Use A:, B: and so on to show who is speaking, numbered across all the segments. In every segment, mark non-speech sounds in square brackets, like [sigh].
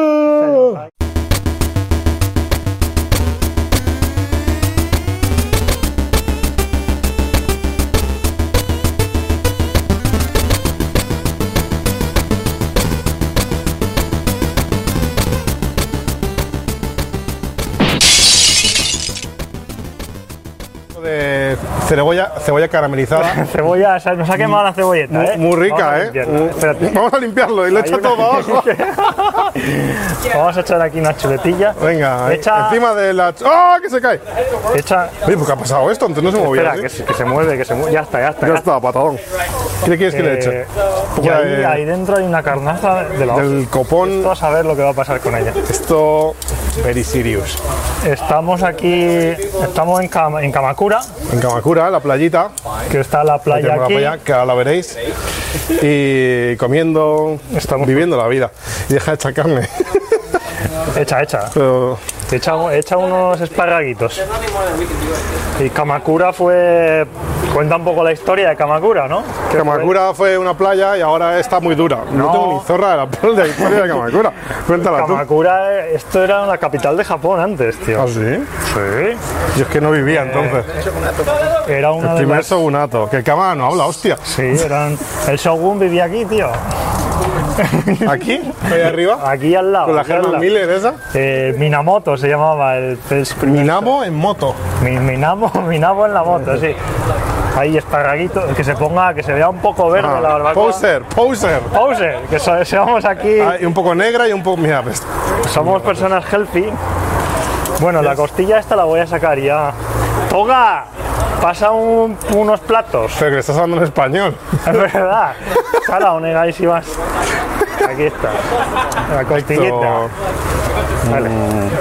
A: ¿Qué?
B: de cebolla, cebolla caramelizada.
C: Cebolla, o sea, nos ha quemado la cebolleta,
B: Muy,
C: ¿eh?
B: muy
C: Vamos
B: rica,
C: a
B: ¿eh?
C: limpiarla,
B: Muy-
C: Espérate.
B: [laughs] Vamos a limpiarlo y lo
C: Hay
B: echa
C: una-
B: todo para [laughs] abajo.
C: Vamos a echar aquí unas chuletillas.
B: Venga, ahí,
C: Echa-
B: encima de la... ch- ¡Ah, que se cae!
C: Echa.
B: Oye, ¿por qué ha pasado esto? Antes no se movía.
C: Espera,
B: ¿sí?
C: que se, que se mueve, que se mueve. Ya está, ya está.
B: Ya
C: ya
B: está, patadón. ¿Qué le quieres que le eche?
C: Eh,
B: Un poco
C: y ahí,
B: de-
C: ahí dentro hay una carnaza de la hostia.
B: del copón,
C: Esto a saber lo que va a pasar con ella.
B: esto... Very serious.
C: Estamos aquí, estamos en, Kama- en Kamakura,
B: En Kamakura, la playita.
C: que está la playa
B: Tenemos la
C: aquí.
B: playa, que ahora la veréis. Y comiendo, estamos viviendo la vida. Y deja de chacarme.
C: Echa, echa.
B: [laughs] Pero
C: Echa, echa unos esparraguitos. Y Kamakura fue. Cuenta un poco la historia de Kamakura, ¿no? Que fue-
B: Kamakura fue una playa y ahora está muy dura. No,
C: No.
B: tengo ni zorra de la [laughs] playa de historia de Kamakura. Cuéntala tú.
C: Kamakura, eh, esto era la capital de Japón antes, tío.
B: ¿Ah, sí?
C: Sí.
B: Yo es que no
C: Eh,
B: vivía entonces.
C: Era una de
B: Primer
C: las-
B: shogunato. Que Kama no habla,
C: [laughs]
B: hostia.
C: Sí, eran. El Shogun vivía aquí, tío.
B: Aquí, ahí arriba,
C: Aquí al lado.
B: con la
C: aquí al
B: German
C: lado.
B: Miller esa.
C: Eh, Minamoto se llamaba el, el
B: Minamo en moto.
C: Mi, mi [laughs] nabo, mi nabo en la moto, sí. Ahí esparraguito, que se ponga, que se vea un poco verde la
B: Ah,
C: barbacoa.
B: poser, poser.
C: Poser, que so- seamos aquí,
B: Ah, y un poco negra y un poco. Mira, pues, ves,
C: somos personas healthy. Bueno, la costilla esta la voy a sacar ya. ¡Toga! Pasa un- unos platos,
B: pero que le estás hablando en español.
C: es verdad. Sala, onegáis y más. Aquí está. La costillita.
B: Esto-
C: Vale.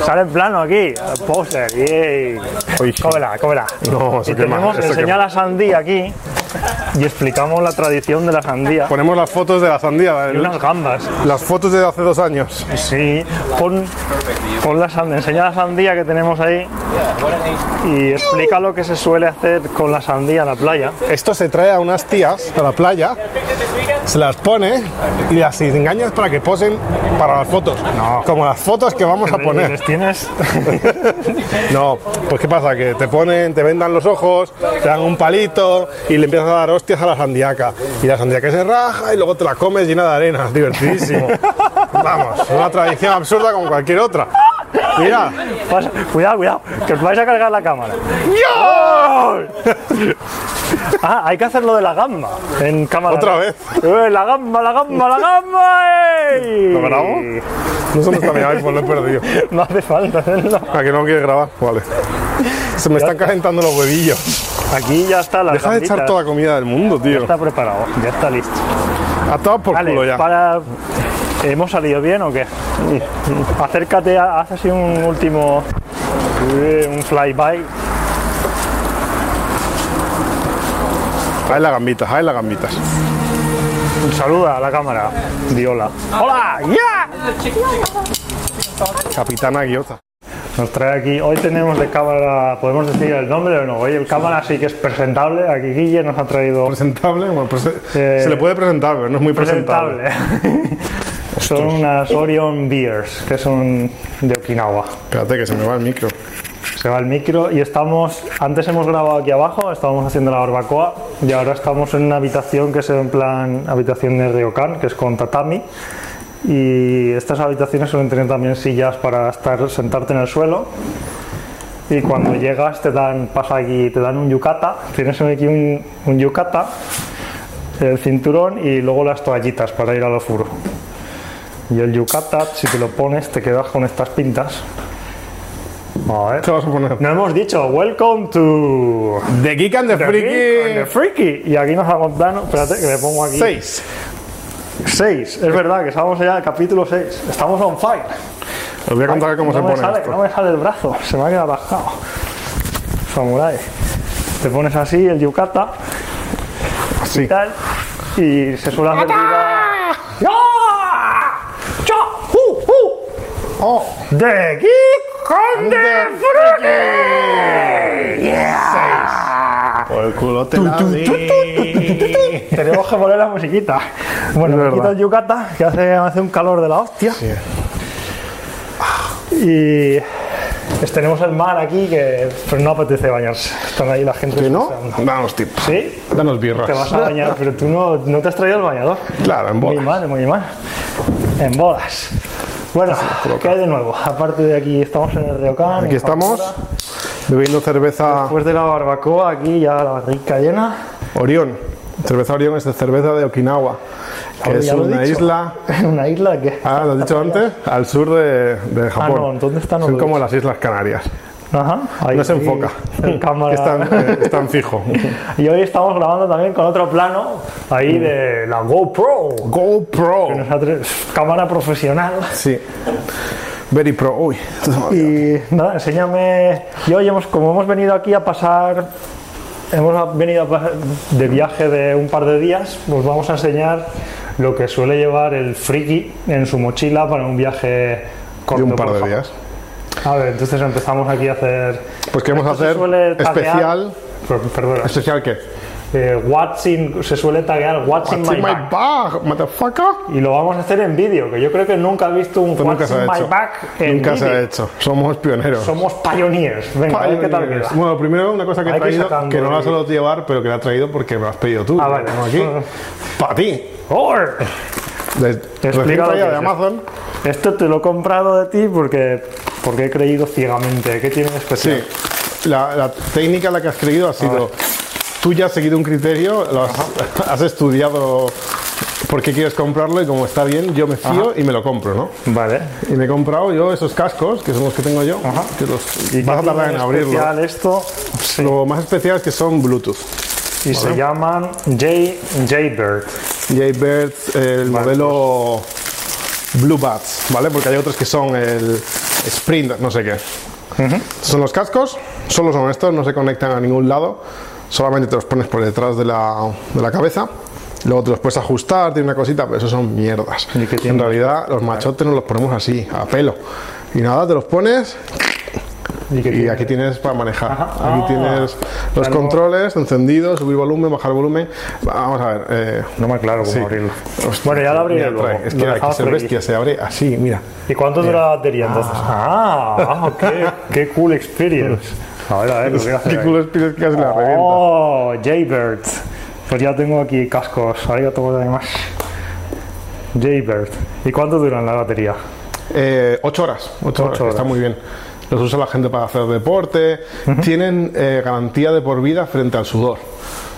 C: Sale en plano aquí. Poser, yay.
B: Uy.
C: Cómela, cómela.
B: No, eso
C: Y
B: quema,
C: tenemos
B: eso
C: enseñar
B: quema.
C: la sandía aquí y explicamos la tradición de la sandía.
B: Ponemos las fotos de la sandía.
C: Y unas gambas.
B: Las fotos de hace dos años.
C: Sí, pon, pon la sandía, enseña la sandía que tenemos ahí y explica lo que se suele hacer con la sandía en la playa.
B: Esto se trae a unas tías a la playa, se las pone y las engañas para que posen para las fotos. No. Como las fotos que vamos a poner.
C: Les tienes
B: No, pues ¿qué pasa? Que te ponen, te vendan los ojos, te dan un palito y le empiezas a dar hostias a la sandiaca. Y la sandiaca se raja y luego te la comes llena de arena. [laughs] Divertidísimo. Vamos, una tradición absurda como cualquier otra. Mira,
C: Pasa- cuidado, cuidado, que os vais a cargar la cámara. Ah, hay que hacer lo de la gamba en cámara.
B: Otra vez.
C: Eh, la gamba, la gamba, la gamba. ey.
B: ¿Lo grabo? no sé dónde está mi iPhone, lo he perdido.
C: No hace falta hacerlo.
B: ¿A que no quieres grabar? Vale. Se me están calentando los huevillos.
C: Aquí ya está la
B: Deja de echar toda la comida del mundo, tío.
C: Está preparado, ya está listo.
B: A tomar por culo
C: Vale,
B: ya.
C: para... ¿Hemos salido bien o qué? Acércate, a- haz así un último... eh, Un flyby.
B: Ahí las gambitas, ahí las gambitas.
C: Saluda a la cámara. Diola. ¡Hola! ¡Ya!
B: Capitana Guiota.
C: Nos trae aquí, hoy tenemos de cámara, ¿podemos decir el nombre o no? Hoy el cámara sí que es presentable, aquí Guille nos ha traído
B: Presentable, bueno, prese-
C: Eh,
B: se le puede presentar, pero no es muy presentable.
C: presentable. [laughs] Son unas Orion Beers, que son de Okinawa.
B: Espérate que se me va el micro.
C: Se va el micro y estamos, antes hemos grabado aquí abajo, estábamos haciendo la barbacoa y ahora estamos en una habitación que es en plan habitación de Ryokan, que es con tatami. Y estas habitaciones suelen tener también sillas para estar sentarte en el suelo. Y cuando llegas te dan, pasa aquí, te dan un yukata, tienes aquí un, un yukata, el cinturón y luego las toallitas para ir al ofuro. Y el yukata, si te lo pones, te quedas con estas pintas. A ver.
B: ¿Qué vas a poner?
C: No hemos dicho welcome to
B: The Geek and the,
C: Geek and the
B: Freaky
C: Freaky. Y aquí nos acompañan, espérate que le pongo aquí
B: 6.
C: 6. Es verdad que estamos ya en el capítulo 6. Estamos on fire.
B: Os voy a contar cómo
C: no
B: se
C: me
B: pone
C: sale,
B: esto.
C: No me sale el brazo, se me ha quedado atascado. Samurai. Te pones así el yukata y
B: Así.
C: tal. Y se suele hacer. ¡Ah! ¡Cha! ¡Uh! ¡Uh!
B: Oh,
C: ¡De Geek and the Freaky!
B: por el culo te la di.
C: Tenemos que poner la musiquita. Bueno,
B: Es
C: me
B: verdad.
C: quito el yucata, que hace, hace un calor de la hostia.
B: Sí.
C: Y pues tenemos el mar aquí que pero no apetece bañarse. Están ahí la gente.
B: ¿Que no?
C: escuchando.
B: Danos tip.
C: ¿Sí?
B: Danos
C: Te vas
B: birras.
C: a bañar, pero tú no, no te has traído el bañador.
B: Claro, en
C: Muy
B: bola.
C: mal, muy mal. En bolas. Bueno, ¿qué hay de nuevo? Aparte de aquí, estamos en el Riocan.
B: Aquí estamos bebiendo cerveza
C: Después de la barbacoa, aquí ya la barrica llena. [laughs]
B: Orión. Cerveza Orión es de cerveza de Okinawa, que
C: Ahora
B: es
C: ya lo he
B: una
C: dicho.
B: isla.
C: En una isla que.
B: Ah, lo has dicho antes, al sur de, de Japón.
C: Ah, no, ¿dónde están? No
B: Son
C: lo he
B: como las Islas Canarias.
C: Ajá, ahí
B: No se
C: sí,
B: enfoca.
C: el
B: [laughs]
C: cámara.
B: Están, eh, están
C: [laughs]
B: fijo.
C: Y hoy estamos grabando también con otro plano
B: Mm.
C: ahí de la GoPro.
B: GoPro.
C: Nos ha tra- Cámara profesional.
B: Sí. Very pro. Uy. esto se me ha olvidado.
C: Y nada, enséñame. Y hoy, hemos, como hemos venido aquí a pasar. Hemos venido a pasar de viaje de un par de días. Os vamos a enseñar lo que suele llevar el friki en su mochila para un viaje
B: Y
C: corto.
B: un par
C: por
B: de
C: Japón.
B: días.
C: A ver, entonces empezamos aquí a hacer.
B: Pues queremos
C: Esto se
B: hacer
C: suele taguear-
B: especial.
C: Per- Perdona.
B: ¿Especial qué?
C: Eh, what's in- se suele taguear What's, in
B: What's
C: my,
B: in my
C: bag.
B: bag, motherfucker?
C: Y lo vamos a hacer en vídeo, que yo creo que nunca he visto un
B: Pues
C: What's
B: nunca se
C: in
B: ha
C: my
B: hecho.
C: bag en
B: Nunca se ha
C: vídeo.
B: hecho. Somos pioneros.
C: Somos pioneers. Venga, a ver qué tal queda.
B: Bueno, primero una cosa que he
C: Hay que ir
B: traído,
C: sacando
B: que no la
C: ahí.
B: suelo llevar, pero que la he traído porque me la has pedido tú.
C: Ah, vale.
B: Tengo aquí.
C: [laughs]
B: Para ti.
C: ¡Or!
B: De, recién
C: lo que
B: traída de
C: es.
B: Amazon.
C: Esto te lo he comprado de ti porque, porque he creído ciegamente. ¿Qué tiene de especial?
B: Sí. La, la técnica en la que has creído ha sido. Tú ya has seguido un criterio, lo has, [laughs] has estudiado por qué quieres comprarlo y como está bien, yo me fío y me lo compro, ¿no?
C: Vale.
B: Y me he comprado yo esos cascos, que son los que tengo yo, que los
C: ¿Y
B: vas a
C: qué
B: tardar
C: tiene
B: en
C: de
B: abrirlo.
C: especial esto? Sí.
B: Lo más especial es que son Bluetooth.
C: Y se llaman J, Jaybird.
B: Jaybird, el modelo
C: pues.
B: Blue Bats, ¿vale? Porque hay otros que son el Sprint, no sé qué. Son los cascos, solo son estos, no se conectan a ningún lado, solamente te los pones por detrás de la, de la cabeza. Luego te los puedes ajustar, tiene una cosita, pero eso son mierdas.
C: ¿Y qué
B: En
C: tiene?
B: realidad, los machotes nos los ponemos así, a pelo. Y nada, te los pones
C: Y, que
B: y
C: tiene-
B: aquí tienes para manejar. Aquí
C: Ah.
B: tienes los
C: Claro.
B: controles encendidos, subir volumen, bajar volumen. Vamos a ver. eh,
C: No me aclaro cómo
B: Sí.
C: abrirlo.
B: Hostia,
C: Bueno, ya lo abriré
B: mira,
C: luego.
B: trae. Es
C: Lo
B: que hay que
C: dejamos
B: ser
C: por aquí.
B: bestia, se abre así, mira.
C: ¿Y cuánto dura la batería entonces? Ah, qué, qué
B: [laughs]
C: cool experience. A ver, a ver, lo voy a hacer.
B: Qué
C: ahí.
B: culo es que casi la revienta.
C: Oh, Jaybird. Pues ya tengo aquí cascos. Ahora ya tengo además. Jaybird. ¿Y cuánto duran la batería?
B: Eh, ocho horas, ocho horas, que está
C: horas.
B: muy bien. Los usa la gente para hacer deporte. Tienen eh, garantía de por vida frente al sudor.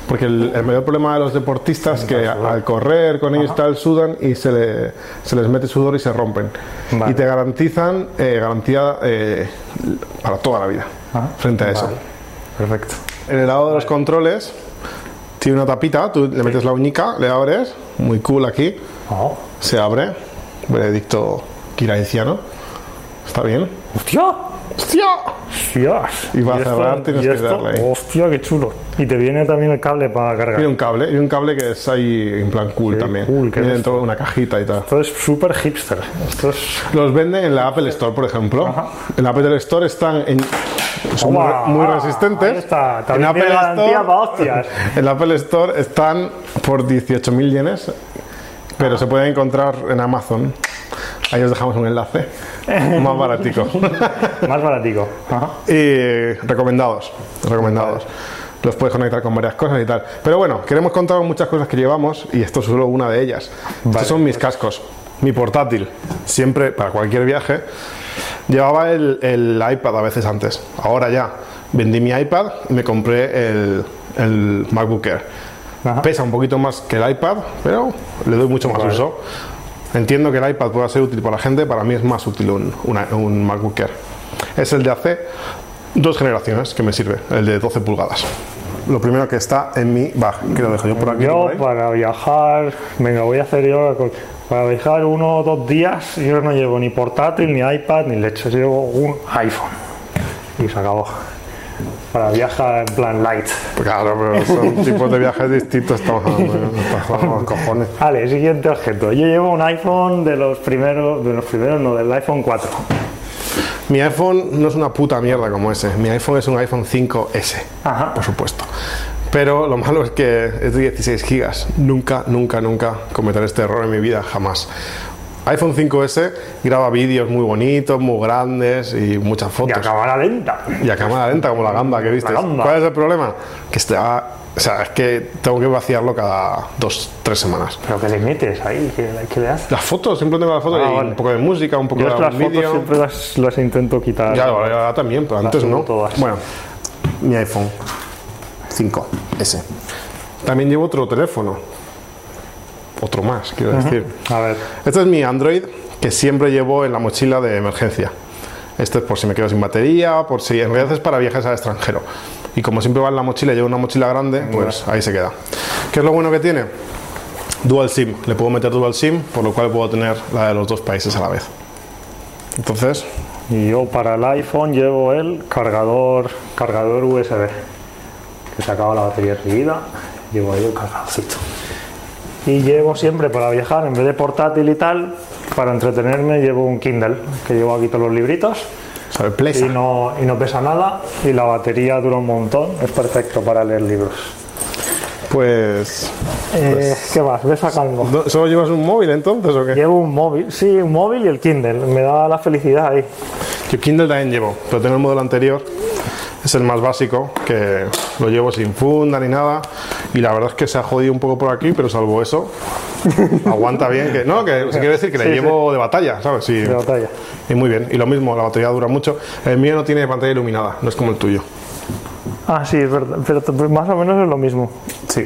B: Porque el, el mayor problema de los deportistas es que al correr con ellos tal sudan y se, le- se les mete sudor y se rompen.
C: Vale.
B: Y te garantizan eh, garantía eh, para toda la vida frente a eso.
C: Perfecto.
B: El helado de los controles tiene una tapita, tú le metes la uñica, le abres, muy cool aquí,
C: Oh.
B: se abre, veredicto kiraiciano, está bien.
C: ¡Hostia!
B: ¡Hostia!
C: ¡Hostias!
B: Y para
C: esto-
B: cerrar tienes
C: y
B: que
C: esto-
B: darle ahí.
C: ¡Hostia, qué chulo! Y te viene también el cable para cargar.
B: Tiene un cable, y un cable que es ahí en plan cool también.
C: cool, qué
B: Viene dentro de una cajita y tal.
C: Esto es súper hipster. Esto es.
B: Los venden en la Apple Store, por ejemplo. En la Apple Store están en- son muy,
C: Toma,
B: muy
C: ah,
B: resistentes.
C: ahí está.
B: En
C: También
B: Apple,
C: tiene garantía para
B: Store,
C: hostias.
B: [laughs] en la Apple Store están por 18.000 yenes, pero se pueden encontrar en Amazon. Ahí os dejamos un enlace más baratico.
C: Más baratico. Ajá.
B: y recomendados, recomendados. Los puedes conectar con varias cosas y tal. Pero bueno, queremos contaros muchas cosas que llevamos y esto es solo una de ellas. Estos son mis cascos, mi portátil. Siempre, para cualquier viaje, llevaba el, el iPad a veces antes. Ahora ya vendí mi iPad y me compré el, el MacBook Air.
C: Ajá.
B: Pesa un poquito más que el iPad, pero le doy mucho más uso. Entiendo que el iPad pueda ser útil para la gente, para mí es más útil un, una- un MacBook Air. Es el de hace dos generaciones que me sirve, el de 12 pulgadas. Lo primero que está en mi bag, que lo dejo yo por aquí.
C: Yo
B: por ahí.
C: para viajar, venga, voy a hacer yo con- para viajar uno o dos días, yo no llevo ni portátil, ni iPad, ni leches, llevo un iPhone. Y se acabó. Para viajar en plan light.
B: Claro, pero son tipos de viajes distintos, estamos hablando, ¿eh? Estamos hablando, cojones.
C: Vale, siguiente objeto. Yo llevo un iPhone de los primeros, de los primeros, no, del iPhone 4.
B: Mi iPhone no es una puta mierda como ese. Mi iPhone es un iPhone 5S,
C: Ajá.
B: por supuesto. Pero lo malo es que es de 16 gigas. Nunca, nunca, nunca cometeré este error en mi vida, jamás. iPhone 5S graba vídeos muy bonitos, muy grandes y muchas
C: Y
B: fotos.
C: a cámara lenta.
B: Y a cámara lenta, como la gamba que viste.
C: La gamba.
B: ¿Cuál es el problema? Que está. O sea, es que tengo que vaciarlo cada dos, tres semanas.
C: Pero que le metes ahí, que, que le haces.
B: Las fotos, siempre tengo las fotos
C: Ah,
B: y
C: vale.
B: un poco de música, un poco
C: Yo es que
B: de
C: las
B: un
C: fotos
B: vídeo.
C: siempre las, las intento quitar.
B: Ya, ahora, ahora también, pero antes
C: tengo
B: no.
C: todas.
B: Bueno,
D: Mi iPhone 5S.
B: también llevo otro teléfono. Otro más, quiero decir.
C: A ver,
B: Este es mi Android que siempre llevo en la mochila de emergencia. Este es por si me quedo sin batería, por si en realidad es para viajes al extranjero. Y como siempre va en la mochila, y llevo una mochila grande, pues ahí se queda. ¿Qué es lo bueno que tiene? Dual SIM. Le puedo meter dual SIM, por lo cual puedo tener la de los dos países a la vez. Entonces,
C: y yo para el iPhone llevo el cargador cargador USB. Que se acaba la batería enseguida. Llevo ahí el cargadorcito. Y llevo siempre para viajar, en vez de portátil y tal, para entretenerme llevo un Kindle, que llevo aquí todos los libritos.
B: o sea, el
C: y
B: Playsa.
C: no, y no pesa nada y la batería dura un montón, es perfecto para leer libros.
B: Pues,
C: Eh, ¿Qué más? Ve sacando.
B: ¿no- ¿solo llevas un móvil entonces o qué?
C: Llevo un móvil, sí, un móvil y el Kindle, me da la felicidad ahí.
B: Yo Kindle también llevo, pero tengo el modelo anterior. Es el más básico, que lo llevo sin funda ni nada. Y la verdad es que se ha jodido un poco por aquí, pero salvo
C: [laughs]
B: eso, aguanta bien. Que, no, que se quiere decir que le
C: Sí,
B: llevo de batalla, ¿sabes? Sí.
C: De batalla.
B: Y muy bien. Y lo mismo, la batería dura mucho. El mío no tiene pantalla iluminada, no es como el tuyo.
C: Ah, sí, es verdad, pero t- más o menos es lo mismo,
B: Sí.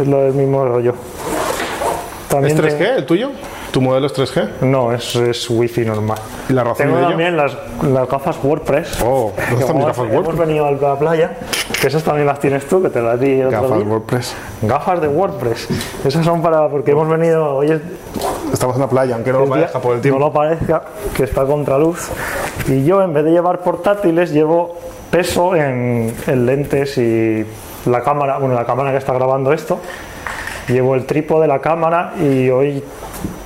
C: es lo del mismo rollo.
B: ¿Es
C: También
B: 3G el tuyo? ¿Tu modelo es 3G?
C: te- No, es, es wifi normal.
B: ¿Y la razón
C: Tengo
B: de ello?
C: también las, las gafas WordPress.
B: Oh, ¿dónde
C: que
B: están mis
C: como
B: gafas
C: Hemos
B: WordPress?
C: venido a la playa, que esas también las tienes tú, que te las di el otro
B: Gafas
C: día.
B: WordPress.
C: Gafas de WordPress. Esas son para. porque hemos venido. Hoy es
B: Estamos en la playa, aunque no lo
C: el día-
B: parezca por el tiempo.
C: No lo parezca, que está contra luz. Y yo, en vez de llevar portátiles, llevo peso en, en lentes y la cámara, bueno, la cámara que está grabando esto. Llevo el trípode de la cámara y hoy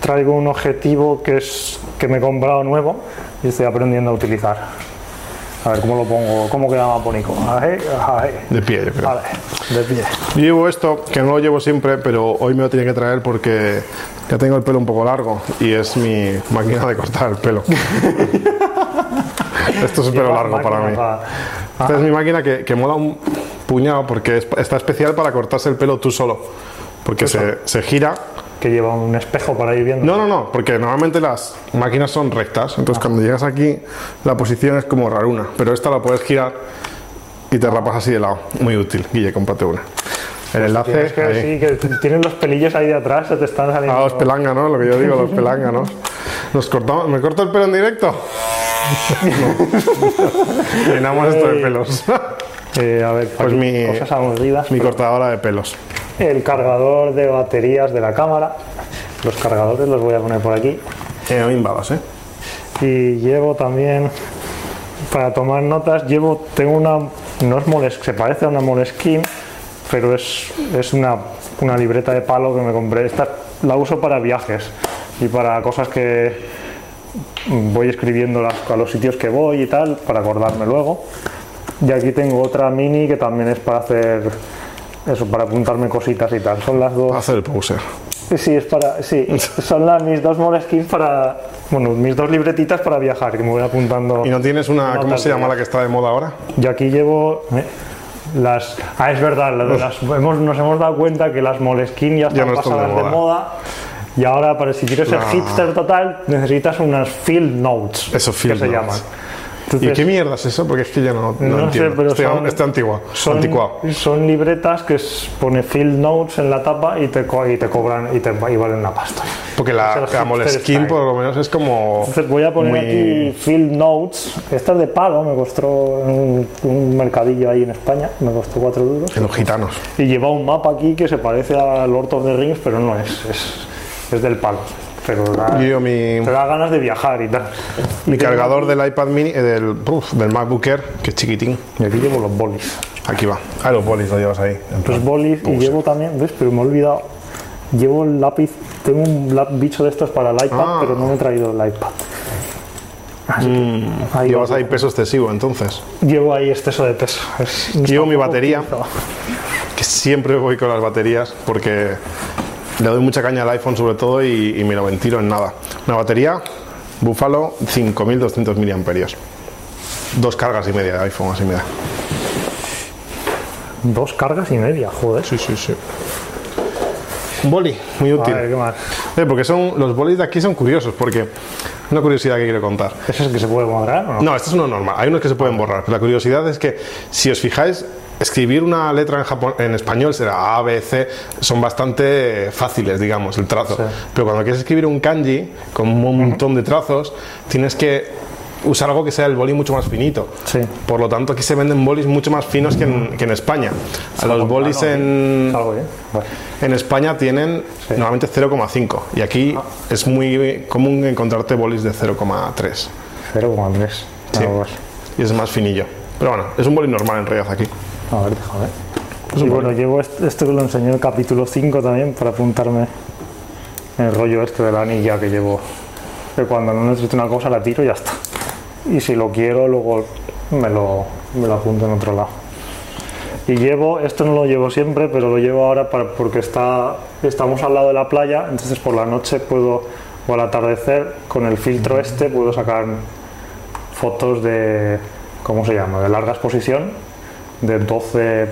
C: traigo un objetivo que es que me he comprado nuevo y estoy aprendiendo a utilizar. A ver cómo lo pongo, cómo queda más bonito. Ahí, ahí.
B: De pie, yo creo.
C: Vale, de pie.
B: Yo llevo esto, que no lo llevo siempre, pero hoy me lo tenía que traer porque ya tengo el pelo un poco largo y es mi máquina de cortar el pelo. Esto es pelo largo para mí. Esta es mi máquina que, que mola un puñado porque es- está especial para cortarse el pelo tú solo. Porque se, se gira.
C: Que lleva un espejo para ir viendo.
B: No, no, no, porque normalmente las máquinas son rectas. Entonces cuando llegas aquí la posición es como raruna. Pero esta la puedes girar y te rapas así de lado. Muy útil. Guille, cómprate una. El enlace.
C: Es que
B: ahí. Ah,
C: sí, que t- tienen los pelillos ahí de atrás, se te están saliendo.
B: A los pelánganos, lo que yo digo, los pelánganos. Nos cortamos, ¿Me corto el pelo en [laughs] directo? No. Llenamos esto de pelos.
C: Eh, a ver,
B: Pues
C: aquí
B: mi-
C: cosas aburridas.
B: Mi cortadora de pelos.
C: El cargador de baterías de la cámara. Los cargadores los voy a poner por aquí.
B: Eh, no me invadas, ¿eh?
C: Y llevo también para tomar notas. Llevo, tengo una, no es moles, se parece a una moleskin, pero es, es una, una libreta de palo que me compré. Esta la uso para viajes y para cosas que voy escribiendo las- a los sitios que voy y tal, para acordarme luego. Y aquí tengo otra mini que también es para hacer eso, para apuntarme cositas y tal. Son las dos.
B: Hacer el poser.
C: Sí, es
B: [laughs]
C: para, sí, son las, mis dos moleskins para, bueno, mis dos libretitas para viajar, que me voy apuntando.
B: ¿Y no tienes una,
C: No,
B: cómo
C: tal
B: se llama
C: día.
B: la que está de moda ahora?
C: Yo aquí llevo eh, las, ah, es verdad,
B: [laughs]
C: la de las, hemos- nos hemos dado cuenta que las moleskins ya están
B: no están de
C: pasadas de moda.
B: moda.
C: Y ahora, para si quieres ser
B: No.
C: hipster total, necesitas unas field notes.
B: Eso, field
C: que se
B: notes.
C: llaman.
B: ¿Y
C: Entonces,
B: qué mierda es eso? Porque es que ya no, no
C: Pues No sé,
B: entiendo.
C: pero
B: estoy,
C: son-
B: estoy antiguo.
C: son,
B: anticuado.
C: son libretas que es- pone field notes en la tapa y te, co- y te cobran y, te, y valen una pasta.
B: Porque
C: es el
B: la, la
C: hipster
B: Moleskine
C: style.
B: por lo menos es como...
C: Entonces voy a poner
B: muy-
C: aquí Field Notes. Esta es de palo, me costó en un, un mercadillo ahí en España, me costó 4 euros.
B: En los gitanos.
C: Y lleva un mapa aquí que se parece a Lord of the Rings, pero no es, es, es del palo. Pero da,
B: Yo mi...
C: te da ganas de viajar y tal.
B: Mi cargador del iPad mini, eh, del, uf, del MacBook Air, que es chiquitín.
C: Y aquí llevo los bolis.
B: Aquí va. Ah, los bolis lo llevas ahí. en plan.
C: Los bolis y llevo también, ¿ves? Pero me he olvidado. Llevo el lápiz, tengo un lap- bicho de estos para el iPad,
B: Ah.
C: pero no me he traído el iPad. Así que ahí
B: Llevas
C: va.
B: Mm, ahí peso excesivo, entonces.
C: Llevo ahí exceso de peso. Es-
B: Llevo mi
C: tampoco
B: batería.
C: utilizo.
B: Que siempre voy con las baterías porque le doy mucha caña al iPhone sobre todo y, y me lo ventilo en nada. Una batería Buffalo 5200 miliamperios. Dos cargas y media de iPhone, así me da.
C: Dos cargas y media, joder.
B: Sí, sí, sí. Un boli, muy
C: A
B: útil.
C: ver, ¿qué más?
B: Eh, porque son los bolis de aquí son curiosos, porque una curiosidad que quiero contar.
C: ¿Ese es el que se puede borrar o no?
B: No, este es uno normal. Hay unos que se pueden borrar. Pero la curiosidad es que, si os fijáis, escribir una letra en, japo- en español será A, B, C, son bastante fáciles, digamos, el trazo. Pero cuando quieres escribir un kanji con un montón de trazos, tienes que usar algo que sea el boli mucho más finito.
C: Sí.
B: Por lo tanto, aquí se venden bolis mucho más finos que en, que en España. A los bolis en,
C: Algo bien. Vale.
B: en España tienen normalmente 0,5 y aquí es muy común encontrarte bolis de 0,3
C: 0,3.
B: Sí.
C: Algo así.
B: y es más finillo. Pero bueno, es un boli normal en realidad aquí.
C: A ver, déjame. y bueno, llevo est- esto, que lo enseñé en el capítulo 5 también para apuntarme en el rollo este de la anilla que llevo. Que cuando no necesito una cosa la tiro y ya está. Y si lo quiero, luego me lo, me lo apunto en otro lado. Y llevo, esto no lo llevo siempre, pero lo llevo ahora para- porque está, estamos al lado de la playa, entonces por la noche puedo, o al atardecer, con el filtro este puedo sacar fotos de, ¿cómo se llama?, de larga exposición, de 12, de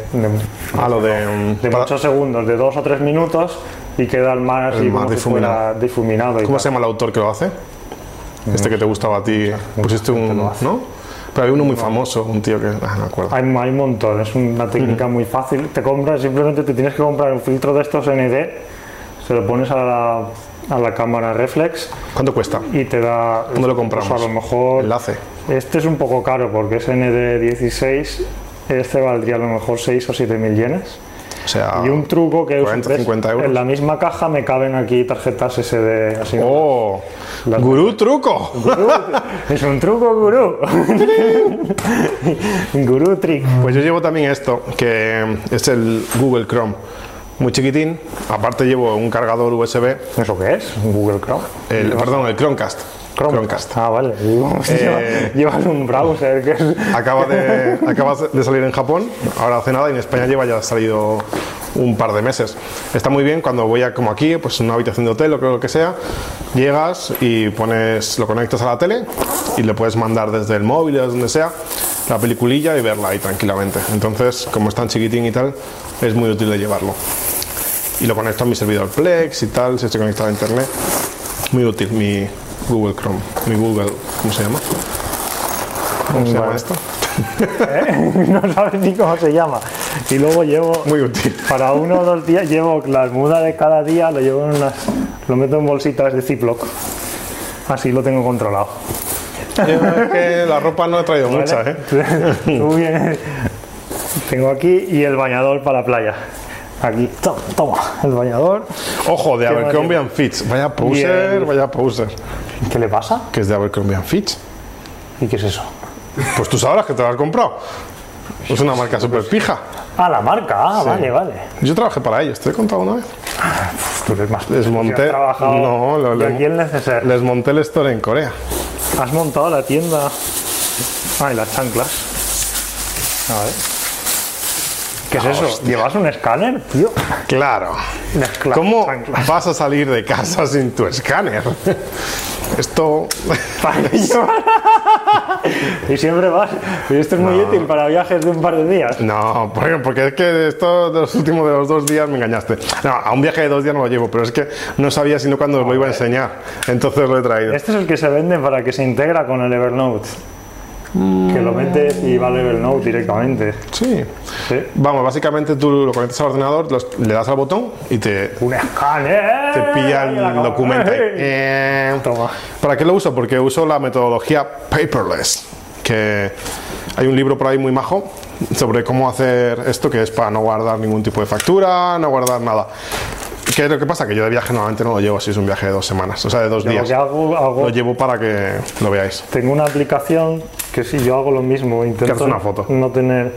B: A lo de... mm,
C: de
B: para-
C: muchos segundos, de dos o tres minutos, y queda el mar así
B: El mar
C: como si
B: difuminado.
C: fuera difuminado. y
B: ¿Cómo
C: tal.
B: se llama el autor que lo hace? Este que te gustaba a ti. Pusiste un... ¿No? Pero había uno muy famoso, un tío que... Ah, no me acuerdo.
C: Hay, hay un montón, es una técnica muy fácil. Te compras, simplemente te tienes que comprar un filtro de estos ND, se lo pones a la, a la cámara reflex
B: ¿Cuánto cuesta?
C: y te da.
B: ¿Dónde lo compramos?
C: o sea, a lo mejor.
B: Enlace.
C: Este es un poco caro porque es ND16, este valdría a lo mejor 6 o 7 mil yenes.
B: O sea...
C: Y un truco que uso,
B: 40,
C: ¿ves?
B: 50 euros.
C: En la misma caja me caben aquí tarjetas SD así.
B: ¡Oh!
C: Las-
B: ¡Gurú truco!
C: Es un truco gurú. [laughs] gurú trick.
B: Pues yo llevo también esto, que mm, es el Google Chrome. Muy chiquitín. Aparte llevo un cargador USB.
C: ¿Eso qué es? ¿Un Google Chrome?
B: El, perdón, el Eh, Chromecast.
C: Ah, vale. Digo, [laughs]
B: Eh,
C: lleva- Llevas un browser que es...
B: Acaba de, acaba de salir en Japón, ahora hace nada, y en España lleva ya salido un par de meses. Está muy bien cuando voy a, como aquí, pues en una habitación de hotel o lo que sea, llegas y pones, lo conectas a la tele y le puedes mandar desde el móvil, desde donde sea, la peliculilla y verla ahí tranquilamente. Entonces, como es tan chiquitín y tal, es muy útil de llevarlo. Y lo conecto a mi servidor Plex y tal, si estoy conectado a internet. Muy útil mi Google Chrome, mi Google, ¿cómo se llama? ¿Cómo se llama este?
C: Vale.
B: esto?
C: [laughs] no sabes ni cómo se llama. Y luego llevo...
B: Muy útil.
C: Para uno o dos días llevo la muda de cada día, lo llevo en unas... Lo meto en bolsitas de Ziploc. Así lo tengo controlado.
B: Es que la ropa no he traído mucha, ¿eh?
C: Muy bien. Tengo aquí y el bañador para la playa. Aquí, toma, toma, el bañador.
B: Ojo, de
C: vale.
B: Abercrombie and Fitch. Vaya poser,
C: Bien.
B: vaya poser.
C: ¿Qué le pasa?
B: Que es de Abercrombie and Fitch.
C: ¿Y qué es eso?
B: Pues tú sabrás que te lo has comprado. Es una marca súper pija.
C: Ah, la marca. Ah, vale, vale.
B: Yo trabajé para ellos, te he contado una vez. Pues
C: Tú eres más.
B: Les
C: Has
B: monté.
C: trabajado
B: No, lo-
C: de
B: le-
C: aquí en Neceser.
B: les monté el store en Corea.
C: Has montado la tienda. Ah, y las chanclas. A ver. ¿Qué es eso? ¿Llevas un escáner, tío?
B: [laughs] Claro.
C: Mezcla-
B: ¿Cómo
C: chanclas.
B: vas a salir de casa sin tu escáner? Esto.
C: Para eso. [laughs] y siempre vas. Y esto es muy útil para viajes de un par de días.
B: No, porque, porque es que esto de los últimos de los dos días me engañaste. No, a un viaje de dos días no lo llevo, pero es que no sabía sino cuándo os lo iba a enseñar. Entonces lo he traído.
C: Este es el que se vende para que se integra con el Evernote. Que lo metes y va al Evernote directamente.
B: Sí.
C: Sí.
B: Vamos, básicamente tú lo conectas al ordenador, los- le das al botón y te,
C: Un escáner.
B: te pilla el documento.
C: [laughs]
B: ahí. Eh,
C: Toma.
B: ¿Para qué lo uso? Porque uso la metodología paperless, que hay un libro por ahí muy majo sobre cómo hacer esto, que es para no guardar ningún tipo de factura, no guardar nada. ¿Qué es lo que pasa? Que yo de viaje normalmente no lo llevo si es un viaje de dos semanas, o sea, de dos
C: Yo lo
B: días.
C: que hago, hago-
B: Lo llevo para que lo veáis.
C: tengo una aplicación que sí, yo hago lo mismo. Intento
B: haces una foto.
C: no tener.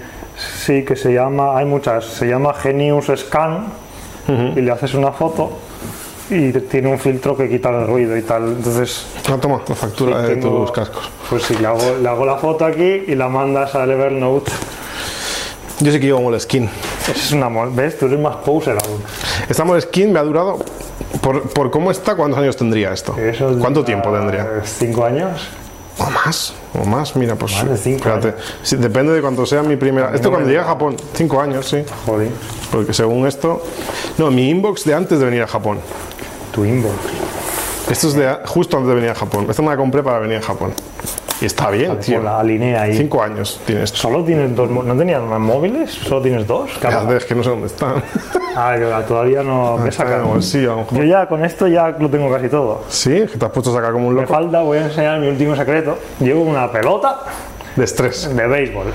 C: Sí, que se llama. Hay muchas. Se llama Genius Scan. Y le haces una foto. Y tiene un filtro que quita el ruido y tal. Entonces,
B: Ah, toma, la factura
C: Sí,
B: de
C: tengo-
B: tus cascos.
C: pues sí, le hago, le hago la foto aquí y la mandas al Evernote.
B: Yo sí que llevo Moleskine.
C: Eso es una mol- ¿Ves? Tú eres más poser aún.
B: Esta Moleskine me ha durado Por, por cómo está, ¿cuántos años tendría esto?
C: Eso es
B: ¿Cuánto
C: ya
B: tiempo tendría?
C: ¿Cinco años?
B: ¿O más? ¿O más? Mira, pues.
C: Más de cinco ¿eh?
B: espérate. Sí, depende de cuánto sea mi primera. Esto cuando llegue a Japón, cinco años, sí.
C: Joder,
B: Porque según esto. No, mi inbox de antes de venir a Japón.
C: tu inbox.
B: Esto es de a- justo antes de venir a Japón. Esta me la compré para venir a Japón. Y
C: Ah,
B: está bien, tío.
C: Con la alinea ahí.
B: Cinco años tiene esto.
C: Solo tienes dos. mo- ¿No tenías más móviles? ¿Solo tienes dos?
B: Ya, Es que no sé dónde
C: [laughs]
B: está.
C: Ah, que todavía no me
B: [laughs]
C: he
B: Está en el
C: sacado.
B: bolsillo, a lo mejor.
C: Yo ya con esto ya lo tengo casi todo.
B: Sí, que te has puesto a sacar como un
C: Me
B: loco.
C: falta, voy a enseñar mi último secreto. Llevo una pelota
B: De estrés.
C: de béisbol.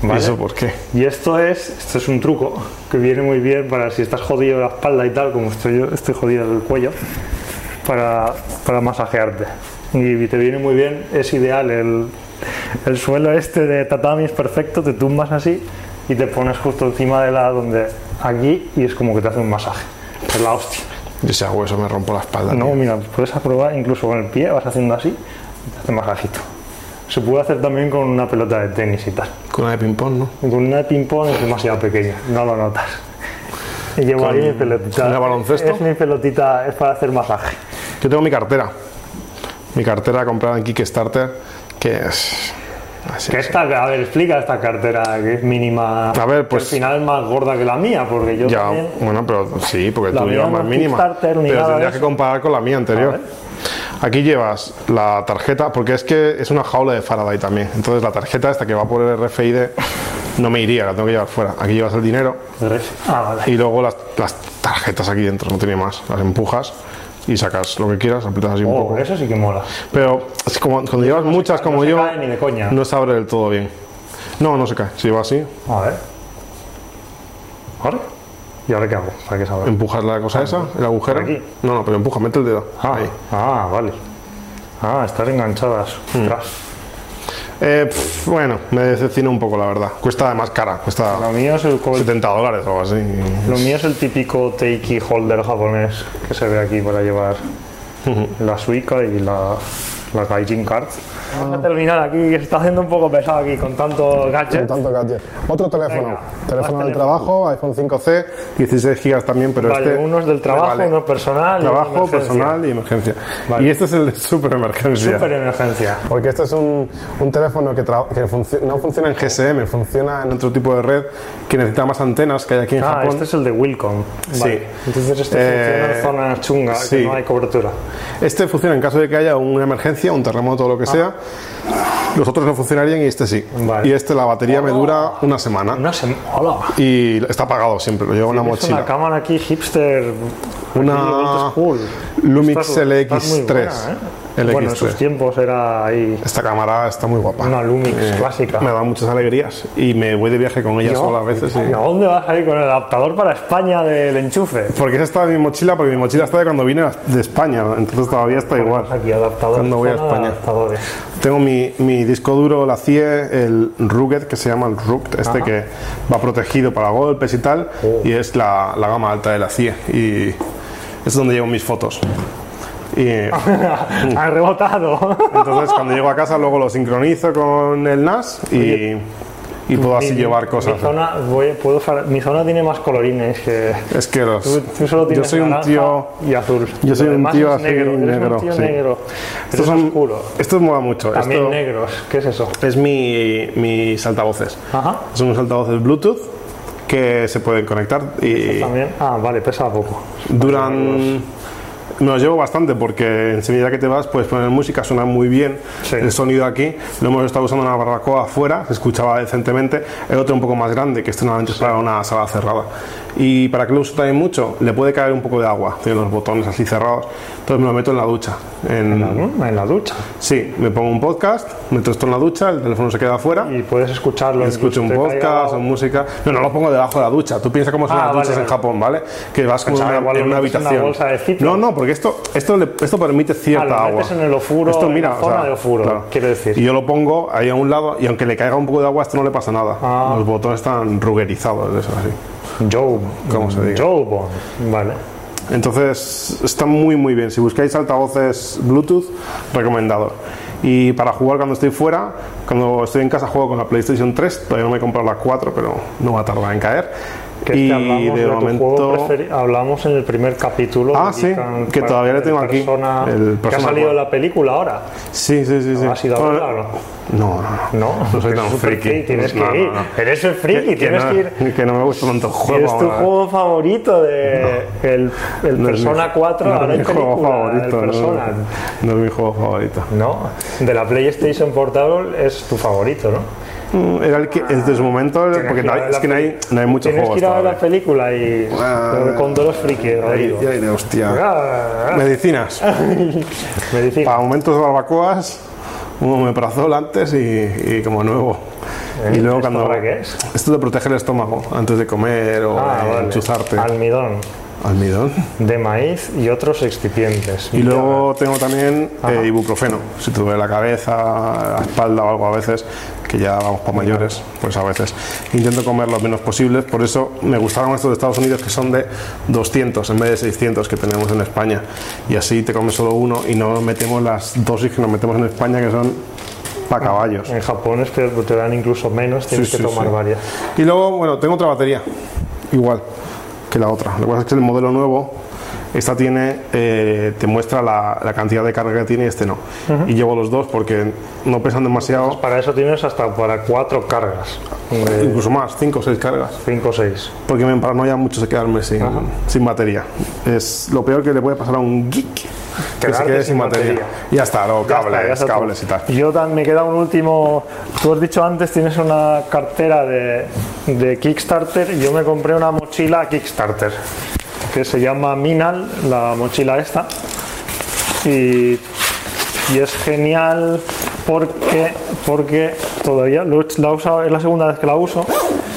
B: ¿Y
C: ¿vale?
B: eso por qué?
C: Y esto es, esto es un truco que viene muy bien para si estás jodido de la espalda y tal, como estoy yo, estoy jodido del cuello, para, para masajearte. Y te viene muy bien, es ideal. El, el suelo este de tatami es perfecto, te tumbas así y te pones justo encima de la donde aquí y es como que te hace un masaje. Es la hostia.
B: Yo si hago eso me rompo la espalda.
C: No,
B: tío.
C: mira, puedes probar incluso con el pie, vas haciendo así y te hace masajito. Se puede hacer también con una pelota de tenis y tal.
B: Con una de ping-pong, ¿no?
C: Con una de ping-pong es demasiado pequeña, no lo notas. Y llevo
B: ¿Con
C: ahí mi pelotita.
B: la baloncesto?
C: Es mi pelotita, es para hacer masaje.
B: Yo tengo mi cartera. Mi cartera comprada en Kickstarter, que es. Así
C: Que
B: es.
C: esta, a ver, explica esta cartera que es mínima.
B: A ver,
C: que
B: pues-
C: Al final es más gorda que la mía, porque yo
B: Ya,
C: también.
B: bueno, pero sí, porque
C: La
B: tú
C: mía
B: llevas
C: no
B: más
C: es
B: mínima.
C: Kickstarter
B: Pero
C: ni nada de
B: tendrías que
C: eso.
B: comparar con la mía anterior.
C: ver.
B: Aquí llevas la tarjeta, porque es que es una jaula de Faraday también. Entonces la tarjeta esta que va por el RFID E, no me iría, la tengo que llevar fuera. Aquí llevas el dinero
C: Ah, vale.
B: y luego las, las tarjetas aquí dentro, no tiene más. Las empujas y sacas lo que quieras, aprietas así un
C: Oh,
B: poco.
C: eso sí que mola.
B: Pero es como cuando llevas muchas como
C: no se
B: yo,
C: cae ni de coña.
B: no se abre del todo bien. No, no se cae. Si va así,
C: A ver. ¿Ahora? ¿Y ahora qué hago? ¿Para qué sabrá?
B: empujas la cosa esa, el agujero.
C: Por aquí.
B: No, no, pero empuja, mete el dedo. Ahí.
C: Ah, vale. Ah, están enganchadas. Ostras.
B: Eh, pf, bueno, me decepciona un poco, la verdad. Cuesta además cara,
C: Lo
B: cuesta
C: mío es el, co-
B: 70 dólares o algo así.
C: lo mío es el típico takey holder japonés que se ve aquí para llevar la Suica y la, la Gaijin Card. Vamos a terminar aquí, que se está haciendo un poco pesado aquí con tanto gadget.
E: Tanto gadget. Otro teléfono.
C: Venga,
E: teléfono
C: más
E: del
C: teléfono.
E: trabajo, iPhone 5C.
B: 16 gigas también, pero
C: Vale,
B: este.
C: uno es del
B: me
C: trabajo,
B: vale.
C: uno personal. y uno de
B: Trabajo,
C: emergencia.
B: personal y emergencia.
C: Vale.
B: Y este es el de super emergencia.
C: Super emergencia.
E: Porque este es un, un teléfono que, tra- que funci- no funciona en GSM, funciona en otro tipo de red que necesita más antenas que hay aquí en
C: Ah,
B: Japón.
C: este es el de Wilcom. Vale. Entonces este
B: Eh,
C: funciona en zonas chungas,
B: sí.
C: que no hay cobertura.
B: Este funciona en caso de que haya una emergencia, un terremoto
C: Ah.
B: o lo que sea. Los otros no funcionarían y este sí.
C: Vale. Oh.
B: Y este, la batería me dura una semana.
C: Una sem- Hola.
B: Y está apagado siempre, lo llevo en la
C: Es una
B: mochila.
C: cámara aquí hipster.
B: Una
C: cool.
B: Lumix
C: muy
B: LX3.
C: buena, ¿eh? Bueno, en
B: LX3.
C: sus tiempos era ahí
B: Esta cámara está muy guapa.
C: una Lumix clásica.
B: Eh, Me da muchas alegrías y me voy de viaje con ella sola a veces. y-
C: ¿Y a dónde vas a ir con el adaptador para España del enchufe?
B: Porque esa está en mi mochila, porque mi mochila está de cuando vine de España, entonces todavía está igual.
C: Aquí adaptadores.
B: Cuando voy a
C: zona de
B: España.
C: Adaptadores.
B: Tengo mi, mi disco duro, la CIE, el Rugged, que se llama el Rugged, este que va protegido para golpes y tal,
C: Oh.
B: y es la, la gama alta de la CIE. Y es donde llevo mis fotos.
C: [laughs]
B: Y Mm.
C: ha rebotado.
B: [laughs] entonces cuando llego a casa luego lo sincronizo con el NAS y, y puedo así llevar
C: Mi
B: cosas.
C: zona, voy- puedo far- mi zona tiene más colorines que.
B: Es que los,
C: Tú, tú solo
B: yo
C: tienes
B: soy un
C: naranja
B: tío...
C: y azul.
B: yo soy
C: Lo
B: un
C: demás
B: tío
C: es
B: así,
C: negro. eres
B: negro,
C: un tío
B: sí.
C: negro. Eres
B: Estos son,
C: oscuro.
B: Esto mola mucho.
C: También
B: esto-
C: negros. ¿Qué es eso?
B: es mi, mis altavoces.
C: Ajá.
B: Son unos altavoces Bluetooth que se pueden conectar y
C: También. Ah, vale, pesa poco.
B: duran... Me los llevo bastante porque enseguida que te vas puedes poner música, suena muy bien
C: Sí.
B: el sonido aquí. Lo hemos estado usando en la barbacoa afuera, se escuchaba decentemente. El otro un poco más grande, que este normalmente es para una sala cerrada. ¿Y para qué lo uso también mucho? Le puede caer un poco de agua, tiene los botones así cerrados. Entonces me lo meto en la ducha. en-
C: Mm, En la ducha.
B: Sí, me pongo un podcast, meto esto en la ducha, el teléfono se queda afuera.
C: Y puedes escucharlo.
B: Escucho un
C: te caiga
B: podcast
C: agua.
B: o música. No, no lo pongo debajo de la ducha. Tú piensas cómo son
C: Ah,
B: las
C: vale,
B: duchas en
C: vale.
B: Japón, ¿vale? Que vas con
C: Pensaba
B: una,
C: que igual
B: en
C: lo
B: una
C: metes en una
B: habitación.
C: bolsa de cipro.
B: no, no, porque esto esto, le- esto permite
C: Ah,
B: cierta
C: lo
B: agua.
C: metes en el ofuro,
B: esto
C: en
B: mira,
C: la
B: o
C: zona
B: sea,
C: de ofuro, quiero decir.
B: Y yo lo pongo ahí a un lado y aunque le caiga un poco de agua, esto no le pasa nada.
C: Ah.
B: Los botones están ruggerizados, eso así.
C: Joe.
B: ¿Cómo se diga?
C: Joe Bond. Vale.
B: Entonces, está muy muy bien. Si buscáis altavoces Bluetooth, recomendado. Y para jugar cuando estoy fuera, cuando estoy en casa juego con la PlayStation 3, todavía no me he comprado la 4, pero no va a tardar en caer.
C: Que
B: Y
C: este hablamos
B: de
C: de, tu
B: momento-
C: juego preferi- hablamos en el primer capítulo.
B: Ah,
C: de
B: sí,
C: Deacon
B: que todavía le
C: Park,
B: tengo
C: el
B: aquí,
C: Persona,
B: el
C: que ha
B: Persona
C: salido
B: cuatro.
C: la película ahora.
B: Sí, sí, sí. sí.
C: ¿Has ido a
B: Bueno,
C: verla o no?
B: No, no, no.
C: No,
B: No soy
C: que
B: tan
C: es súper
B: friki.
C: gay, Tienes que
B: No, no,
C: ir.
B: no.
C: Eres un friki, tienes
B: no,
C: que ir.
B: que no me gusta tanto el
C: Y
B: juego.
C: es tu
B: ahora.
C: juego favorito de el, el
B: No es mi-
C: Persona 4
B: no es
C: ahora
B: mi
C: en
B: juego
C: película,
B: favorito,
C: el
B: no,
C: Persona.
B: No, es mi juego favorito.
C: No, de la PlayStation Portable es tu favorito, ¿no?
B: Mm, Era el que desde su momento, porque no
C: que ir a
B: hay,
C: ver
B: es
C: la
B: que no hay, no hay muchos
C: Tienes
B: juegos.
C: que ir a ver la
B: todavía.
C: película y
B: Ah,
C: con todos los frikis, Rodrigo.
B: Ya iré, hostia. [laughs]
C: Ah,
B: Medicinas.
C: me dice,
B: Para momentos de barbacoas, un omeprazol antes y, y como nuevo. y luego
C: Eh, ¿esto
B: cuando.
C: para qué es?
B: Esto te protege el estómago antes de comer o
C: Ah,
B: eh,
C: vale.
B: enchuzarte.
C: Almidón
B: Almidón.
C: de maíz y otros excipientes.
B: Y luego tengo también eh, ibuprofeno, si te duele la cabeza, la espalda o algo a veces, que ya vamos para mayores, pues a veces intento comer lo menos posible, por eso me gustaron estos de Estados Unidos que son de 200 en vez de 600 que tenemos en España, y así te comes solo uno y no metemos las dosis que nos metemos en España que son para caballos.
C: En Japón es peor, porque te dan incluso menos, tienes
B: Sí,
C: que
B: sí,
C: tomar
B: sí.
C: varias.
B: Y luego, bueno, tengo otra batería, igual que la otra. Lo que pasa es que el modelo nuevo, esta tiene, eh, te muestra la, la cantidad de carga que tiene y este no. Y llevo los dos porque no pesan demasiado,
C: Para eso tienes hasta para cuatro cargas, eh,
B: incluso más, 5 o 6 cargas.
C: cinco o seis.
B: Porque me paranoia mucho se quedarme sin, sin batería. Es lo peor que le puede pasar a un geek. Que se
C: Quedarte
B: quede sin,
C: sin
B: batería.
C: batería.
B: Y Ya está, luego
C: Ya
B: cables,
C: está, ya está
B: cables y
C: todo.
B: tal.
C: Yo tan- me queda un último. Tú has dicho antes, tienes una cartera de, de Kickstarter. Yo me compré una mochila Kickstarter que se llama Minal, la mochila esta. Y, y es genial porque, porque todavía lo he- la he usado- es la segunda vez que la uso.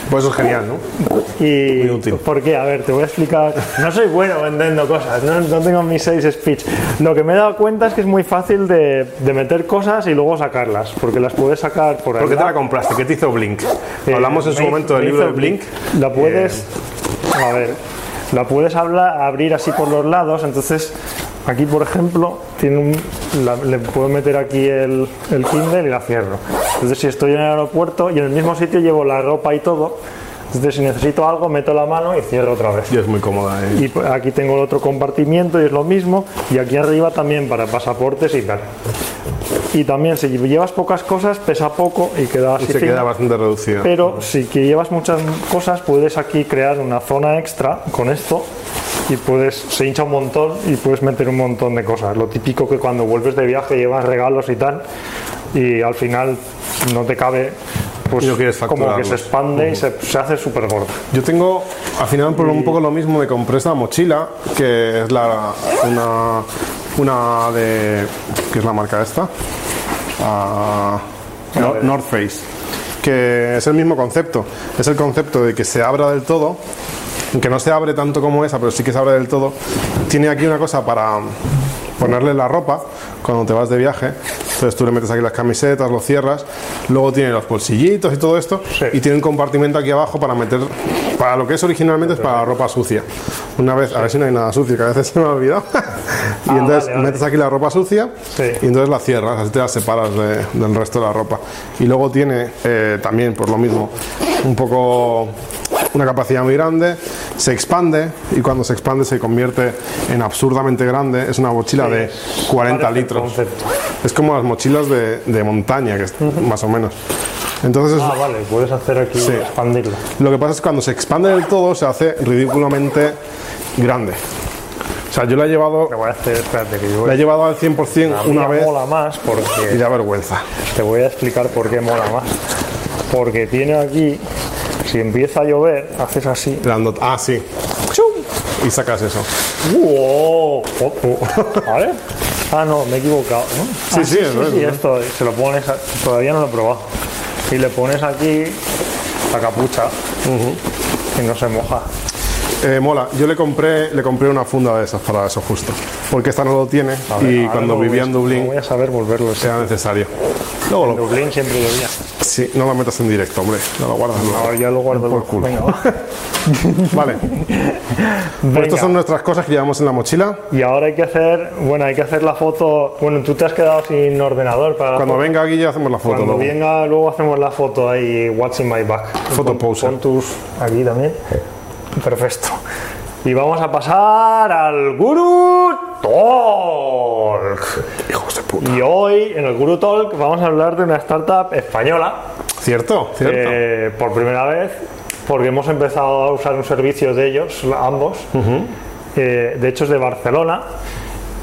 B: Pues eso es genial,
C: Uh,
B: ¿no?
C: Y
B: Muy útil.
C: ¿Por qué? A ver, te voy a explicar. No soy bueno vendiendo cosas, no, no tengo mis seis speech. Lo que me he dado cuenta es que es muy fácil de, de meter cosas y luego sacarlas, porque las puedes sacar por ahí.
F: ¿Por qué te la compraste? ¿Qué te hizo Blink?
C: Eh,
F: Hablamos en su
C: me hizo-
F: momento del
C: me
F: libro de
C: hizo
F: Blink.
C: La puedes. A ver, la puedes habla- abrir así por los lados. Entonces, aquí, por ejemplo, tiene un- la- le puedo meter aquí el, el Kindle y la cierro. Entonces, si estoy en el aeropuerto y en el mismo sitio llevo la ropa y todo, entonces si necesito algo, meto la mano y cierro otra vez.
B: Y es muy cómoda. ¿eh?
C: Y pues, aquí tengo el otro compartimiento y es lo mismo. Y aquí arriba también para pasaportes y tal. Y también, si llevas pocas cosas, pesa poco y queda así.
B: se
C: fino.
B: queda bastante reducida.
C: Pero si que llevas muchas cosas, puedes aquí crear una zona extra con esto y puedes, se hincha un montón y puedes meter un montón de cosas. Lo típico que cuando vuelves de viaje llevas regalos y tal y al final no te cabe, pues
B: Y no quieres
C: como que
B: facturarlos.
C: se expande y se, se hace súper gordo.
B: Yo tengo, al final, por un poco lo mismo, me compré esta mochila, que es la, una, una de, que es la marca esta, Ah, No- North Face, que es el mismo concepto, es el concepto de que se abra del todo, que no se abre tanto como esa, pero sí que se abre del todo, tiene aquí una cosa para ponerle la ropa cuando te vas de viaje, entonces tú le metes aquí las camisetas, lo cierras, luego tiene los bolsillitos y todo esto,
C: Sí.
B: y tiene un compartimento aquí abajo para meter, para lo que es originalmente es para la ropa sucia. Una vez, a ver si no hay nada sucio, que a veces se me ha olvidado, [laughs] y entonces
C: Ah, vale, vale.
B: metes aquí la ropa sucia,
C: Sí.
B: y entonces la cierras, así te la separas de- del resto de la ropa. Y luego tiene eh, también, por lo mismo, un poco una capacidad muy grande, se expande y cuando se expande se convierte en absurdamente grande. Es una mochila de 40
C: Parece el
B: litros.
C: concepto.
B: Es como las mochilas de, de montaña, que es más o menos. Entonces es
C: Ah, vale, puedes hacer aquí expandirlo.
B: lo que pasa es que cuando se expande del todo se hace ridículamente grande. O sea, yo la he llevado,
C: Te voy a hacer, espérate que yo
B: la he llevado al 100% una
C: Ya
B: vez
C: mola más
B: y
C: porque
B: da vergüenza.
C: Te voy a explicar por qué mola más. Porque tiene aquí, si empieza a llover, haces así.
B: Dando- ah, sí. Y sacas eso.
C: ¡Wow! Oh, [laughs] oh. ¿Vale? Ah, no, me he equivocado. ¿no?
B: Sí,
C: Ah,
B: sí, es verdad, es
C: esto se lo pones, a- todavía no lo he probado. Y le pones aquí la capucha y no se moja.
B: Eh, mola, yo le compré, le compré una funda de esas para eso justo. Porque esta no lo tiene
C: A ver,
B: y
C: ahora
B: cuando
C: lo voy
B: vivía
C: a-
B: en
C: lo
B: Dublín
C: voy a saber volverlo. sí.
B: era necesario. Luego
C: En
B: lo,
C: Dublín siempre lo veía.
B: sí, no la metas en directo, hombre. No lo guardas. no.
C: Ahora ya lo guardo
B: Por culo. [laughs]
C: Venga, va. [laughs]
B: Vale. Pues
C: Venga.
B: estas son nuestras cosas que llevamos en la mochila.
C: Y ahora hay que hacer, bueno, hay que hacer la foto. Bueno, tú te has quedado sin ordenador para la
B: Cuando
C: foto.
B: venga aquí ya hacemos la foto.
C: Cuando
B: luego.
C: venga, luego hacemos la foto ahí, What's in my back.
B: Foto
C: Pon-
B: poser.
C: pon tus aquí también. Perfecto. Y vamos a pasar al Guru Talk.
B: Hijos de puta.
C: Y hoy en el Guru Talk vamos a hablar de una startup española
B: Cierto, cierto.
C: eh, por primera vez porque hemos empezado a usar un servicio de ellos, ambos. Eh, de hecho es de Barcelona.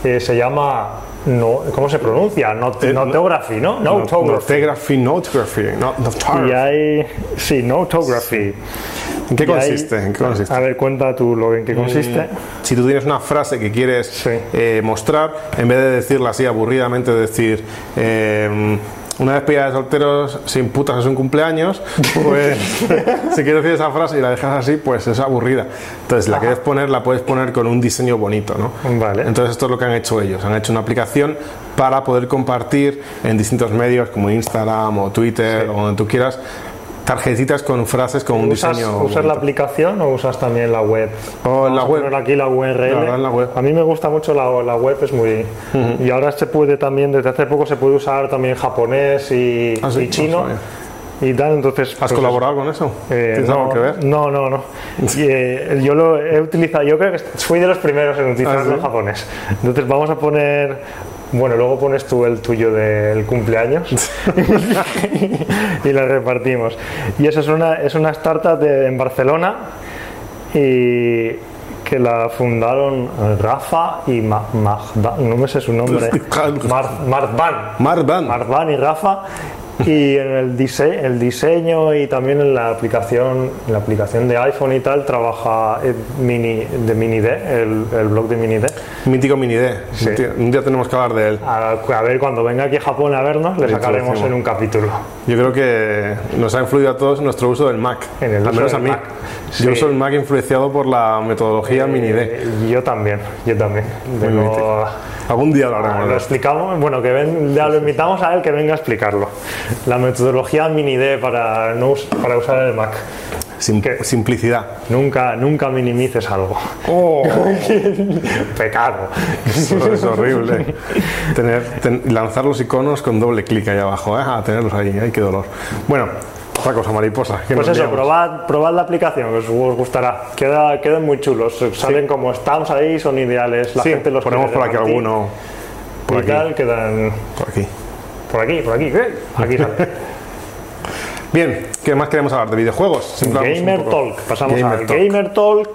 C: Eh, se llama... No, ¿Cómo se pronuncia? Not, notography, ¿no?
B: Eh, No-
C: Notography.
B: Notography, notography, no- notography.
C: Y hay. Sí, Notography.
B: ¿En qué
C: Y hay-
B: consiste? ¿En qué consiste? Eh,
C: A ver, cuenta tú lo en qué consiste.
B: Si tú tienes una frase que quieres
C: Sí.
B: eh, mostrar, en vez de decirla así aburridamente, decir eh, una despedida de solteros sin putas es un
C: [laughs]
B: cumpleaños, pues si quieres decir esa frase y la dejas así, pues es aburrida. Entonces, la quieres poner, la puedes poner con un diseño bonito, ¿no?
C: Vale.
B: Entonces, esto es lo que han hecho ellos. Han hecho una aplicación para poder compartir en distintos medios como Instagram o Twitter o donde tú quieras tarjetitas con frases con un
C: ¿Usas,
B: diseño.
C: usas la
B: bonito.
C: aplicación o usas también la web?
B: O en
C: Vamos
B: la
C: a
B: web.
C: poner aquí la URL.
B: No, no, en la web.
C: A mí me gusta mucho la, la web, es muy. Y ahora se puede también, desde hace poco se puede usar también japonés y,
B: Ah, sí,
C: y
B: no
C: chino.
B: sabía.
C: y tal, entonces.
B: ¿Has
C: pues,
B: colaborado con eso?
C: eh,
B: ¿Tienes
C: no,
B: algo que ver?
C: No,
B: [laughs]
C: no, no. Y, eh, yo lo he utilizado, yo creo que fui de los primeros en utilizarlo
B: ¿Ah, sí?
C: en japonés. Entonces vamos a poner, bueno, luego pones tú el tuyo
B: [laughs]
C: del cumpleaños y lo repartimos. Y eso es una, es una startup de- en Barcelona y que la fundaron Rafa y Ma- Magda, no me sé
B: [laughs]
C: su nombre, Mar- Marvan.
B: Marvan.
C: Marvan y Rafa y en el, dise- el diseño y también en la aplicación en la aplicación de iPhone y tal trabaja Ed mini de mini D el, el blog de mini D
B: Mítico Mini D.
C: Sí.
B: Un día- Un día tenemos que hablar de él.
C: a, a ver cuando venga aquí a Japón a vernos le
B: Ahí te lo
C: sacaremos
B: decimos.
C: en un capítulo
B: Yo creo que nos ha influido a todos nuestro uso del Mac.
C: En el
B: Al
C: uso
B: menos
C: del
B: a mí.
C: Mac. Sí.
B: Yo uso el Mac influenciado por la metodología Mini D.
C: Eh, yo también yo también Tengo-
B: mítico. Algún día lo
C: Ah,
B: haremos.
C: lo explicamos, bueno, que ven, ya lo invitamos a él que venga a explicarlo. La metodología mini D para, no us- para usar el Mac.
B: Sim-
C: ¿Qué?
B: Simplicidad.
C: Nunca, nunca minimices algo. [laughs] Oh. Pecado.
B: [laughs] Eso es horrible. Tener, ten- lanzar los iconos con doble clic ahí abajo. ¿eh? A tenerlos ahí. Ay, qué dolor. Bueno, otra cosa, mariposa. que
C: Pues
B: nos
C: eso,
B: liamos.
C: probad, probad la aplicación, que os, os gustará. Queda- quedan muy chulos, salen como estamos ahí, son ideales. La
B: Sí,
C: gente los
B: ponemos
C: quiere
B: por aquí
C: repartir
B: alguno. Por
C: y
B: aquí.
C: tal, quedan
B: Por aquí.
C: por aquí, por aquí. ¡eh!
B: [laughs]
C: Aquí sale.
B: Bien, ¿qué más queremos hablar? ¿De videojuegos? Siempre hablamos un
C: Gamer
B: poco.
C: Talk. Pasamos
B: Gamer
C: al
B: Talk.
C: Gamer Talk.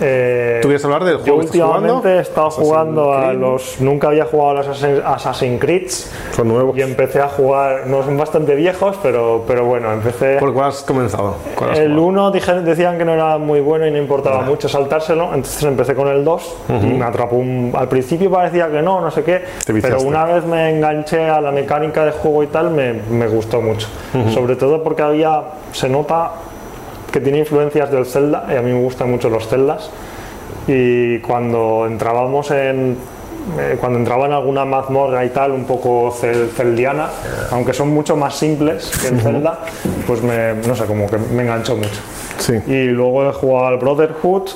C: Eh,
B: ¿Tú quieres hablar del
C: Yo
B: juego que estás jugando?
C: últimamente he estado
B: Assassin's
C: jugando a
B: Creed.
C: los. Nunca había jugado a los Assassin- Assassin's Creed.
B: Son nuevos.
C: Y empecé a jugar. No son bastante viejos, pero, pero bueno, empecé.
B: ¿Por cuál has comenzado? ¿Cuál has
C: El
B: jugado?
C: 1 decían que no era muy bueno y no importaba mucho saltárselo, entonces empecé con el 2 y me atrapó un... Al principio parecía que no, no sé qué,
B: Te
C: pero
B: viciaste.
C: una vez me enganché a la mecánica de juego y tal, me, me gustó mucho. Sobre todo porque había... se nota que tiene influencias del Zelda y a mí me gustan mucho los Zeldas y cuando entrábamos en eh, cuando entraba en alguna mazmorra y tal un poco cel- celdiana aunque son mucho más simples que el Zelda pues me, no sé como que me enganchó mucho
B: Sí.
C: y luego he jugado al Brotherhood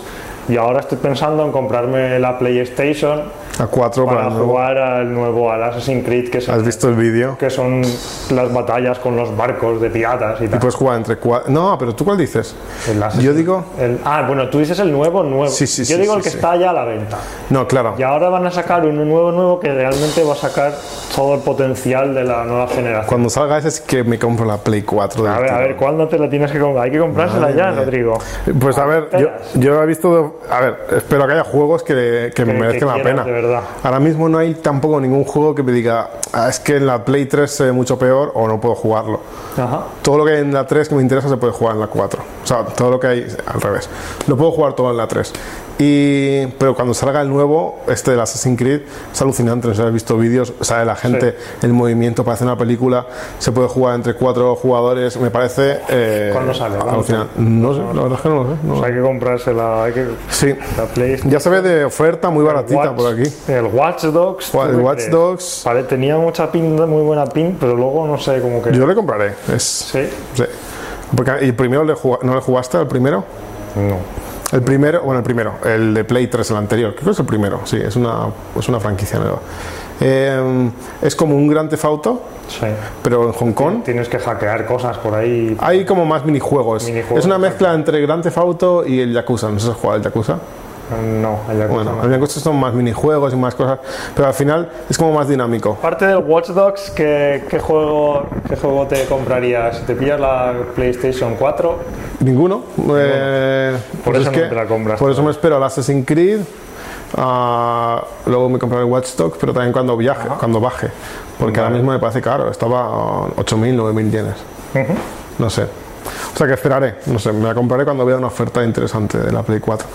C: y ahora estoy pensando en comprarme la PlayStation
B: A 4 para,
C: para
B: el nuevo.
C: jugar al nuevo al Assassin's Creed que
B: ¿Has
C: son,
B: visto el vídeo?
C: que son las batallas con los barcos de piratas y
B: Y
C: tal
B: puedes jugar entre 4. No, pero ¿tú cuál dices?
C: El Assassin's-
B: Yo digo.
C: el- ah bueno tú dices el nuevo nuevo
B: pues- Sí, sí,
C: yo
B: sí,
C: digo
B: sí,
C: el que
B: sí.
C: está ya a la venta
B: No, claro.
C: Y ahora van a sacar un nuevo nuevo que realmente va a sacar todo el potencial de la nueva generación.
B: Cuando salga ese es que me compro la Play 4. del
C: A ver, a
B: tirón.
C: ver, ¿cuándo te la tienes que comprar? Hay que comprársela
B: Madre
C: ya,
B: mía.
C: Rodrigo.
B: Pues a ver, yo, yo he visto. A ver, espero que haya juegos que, que me
C: que
B: merezcan la
C: quieras,
B: pena.
C: de verdad.
B: Ahora mismo no hay tampoco ningún juego que me diga, "Ah, es que en la Play 3 se ve mucho peor o no puedo jugarlo.
C: Ajá.
B: Todo lo que hay en la 3 que me interesa se puede jugar en la 4. O sea, todo lo que hay al revés. Lo puedo jugar todo en la 3. Y, pero cuando salga el nuevo, este del Assassin's Creed, es alucinante. No sé si has visto vídeos, sale la gente, el movimiento, parece una película. Se puede jugar entre cuatro jugadores. Me parece. Eh,
C: ¿Cuándo sale? ¿Cuándo
B: alucinante. No sé, la verdad es que no lo sé. no lo sé.
C: Pues Hay que comprársela, hay que...
B: Sí.
C: La PlayStation.
B: Ya se ve de oferta muy baratita por aquí.
C: El Watch Dogs.
B: Wa-
C: ¿tú qué
B: Watch
C: crees?
B: Dogs.
C: Vale, tenía mucha pinta, muy buena pinta, pero luego no sé, como que...
B: Yo le compraré. Es,
C: Sí.
B: sí. Porque el primero le juga- ¿No le jugaste al primero?
C: No.
B: El primero, bueno, el primero, el de Play 3, el anterior, creo que es el primero, sí, es una, es una franquicia nueva. Eh, es como un gran tefauto,
C: Sí.
B: pero en Hong Kong.
C: Tienes que hackear cosas por ahí.
B: Hay como más minijuegos.
C: Minijuegos,
B: es una
C: exacto.
B: mezcla entre Grand Theft Auto y el Yakuza. No sé si has jugado al Yakuza.
C: No, hay algo
B: Bueno,
C: que no.
B: el Yakuza son más minijuegos y más cosas, pero al final es como más dinámico.
C: Aparte del Watch Dogs, ¿qué, qué juego, ¿qué juego te comprarías? ¿Te pillas la PlayStation 4?
B: Ninguno. eh,
C: Por
B: pues
C: eso
B: es
C: no
B: que-
C: te la compras.
B: Por eso me espero al Assassin's Creed. ah, luego me compraré el Watch Dogs, pero también cuando viaje, cuando baje. Porque ahora mismo me parece caro. Estaba a 8.000, 9.000 yenes. No sé. O sea que esperaré, no sé, me la compraré cuando vea una oferta interesante de la Play 4.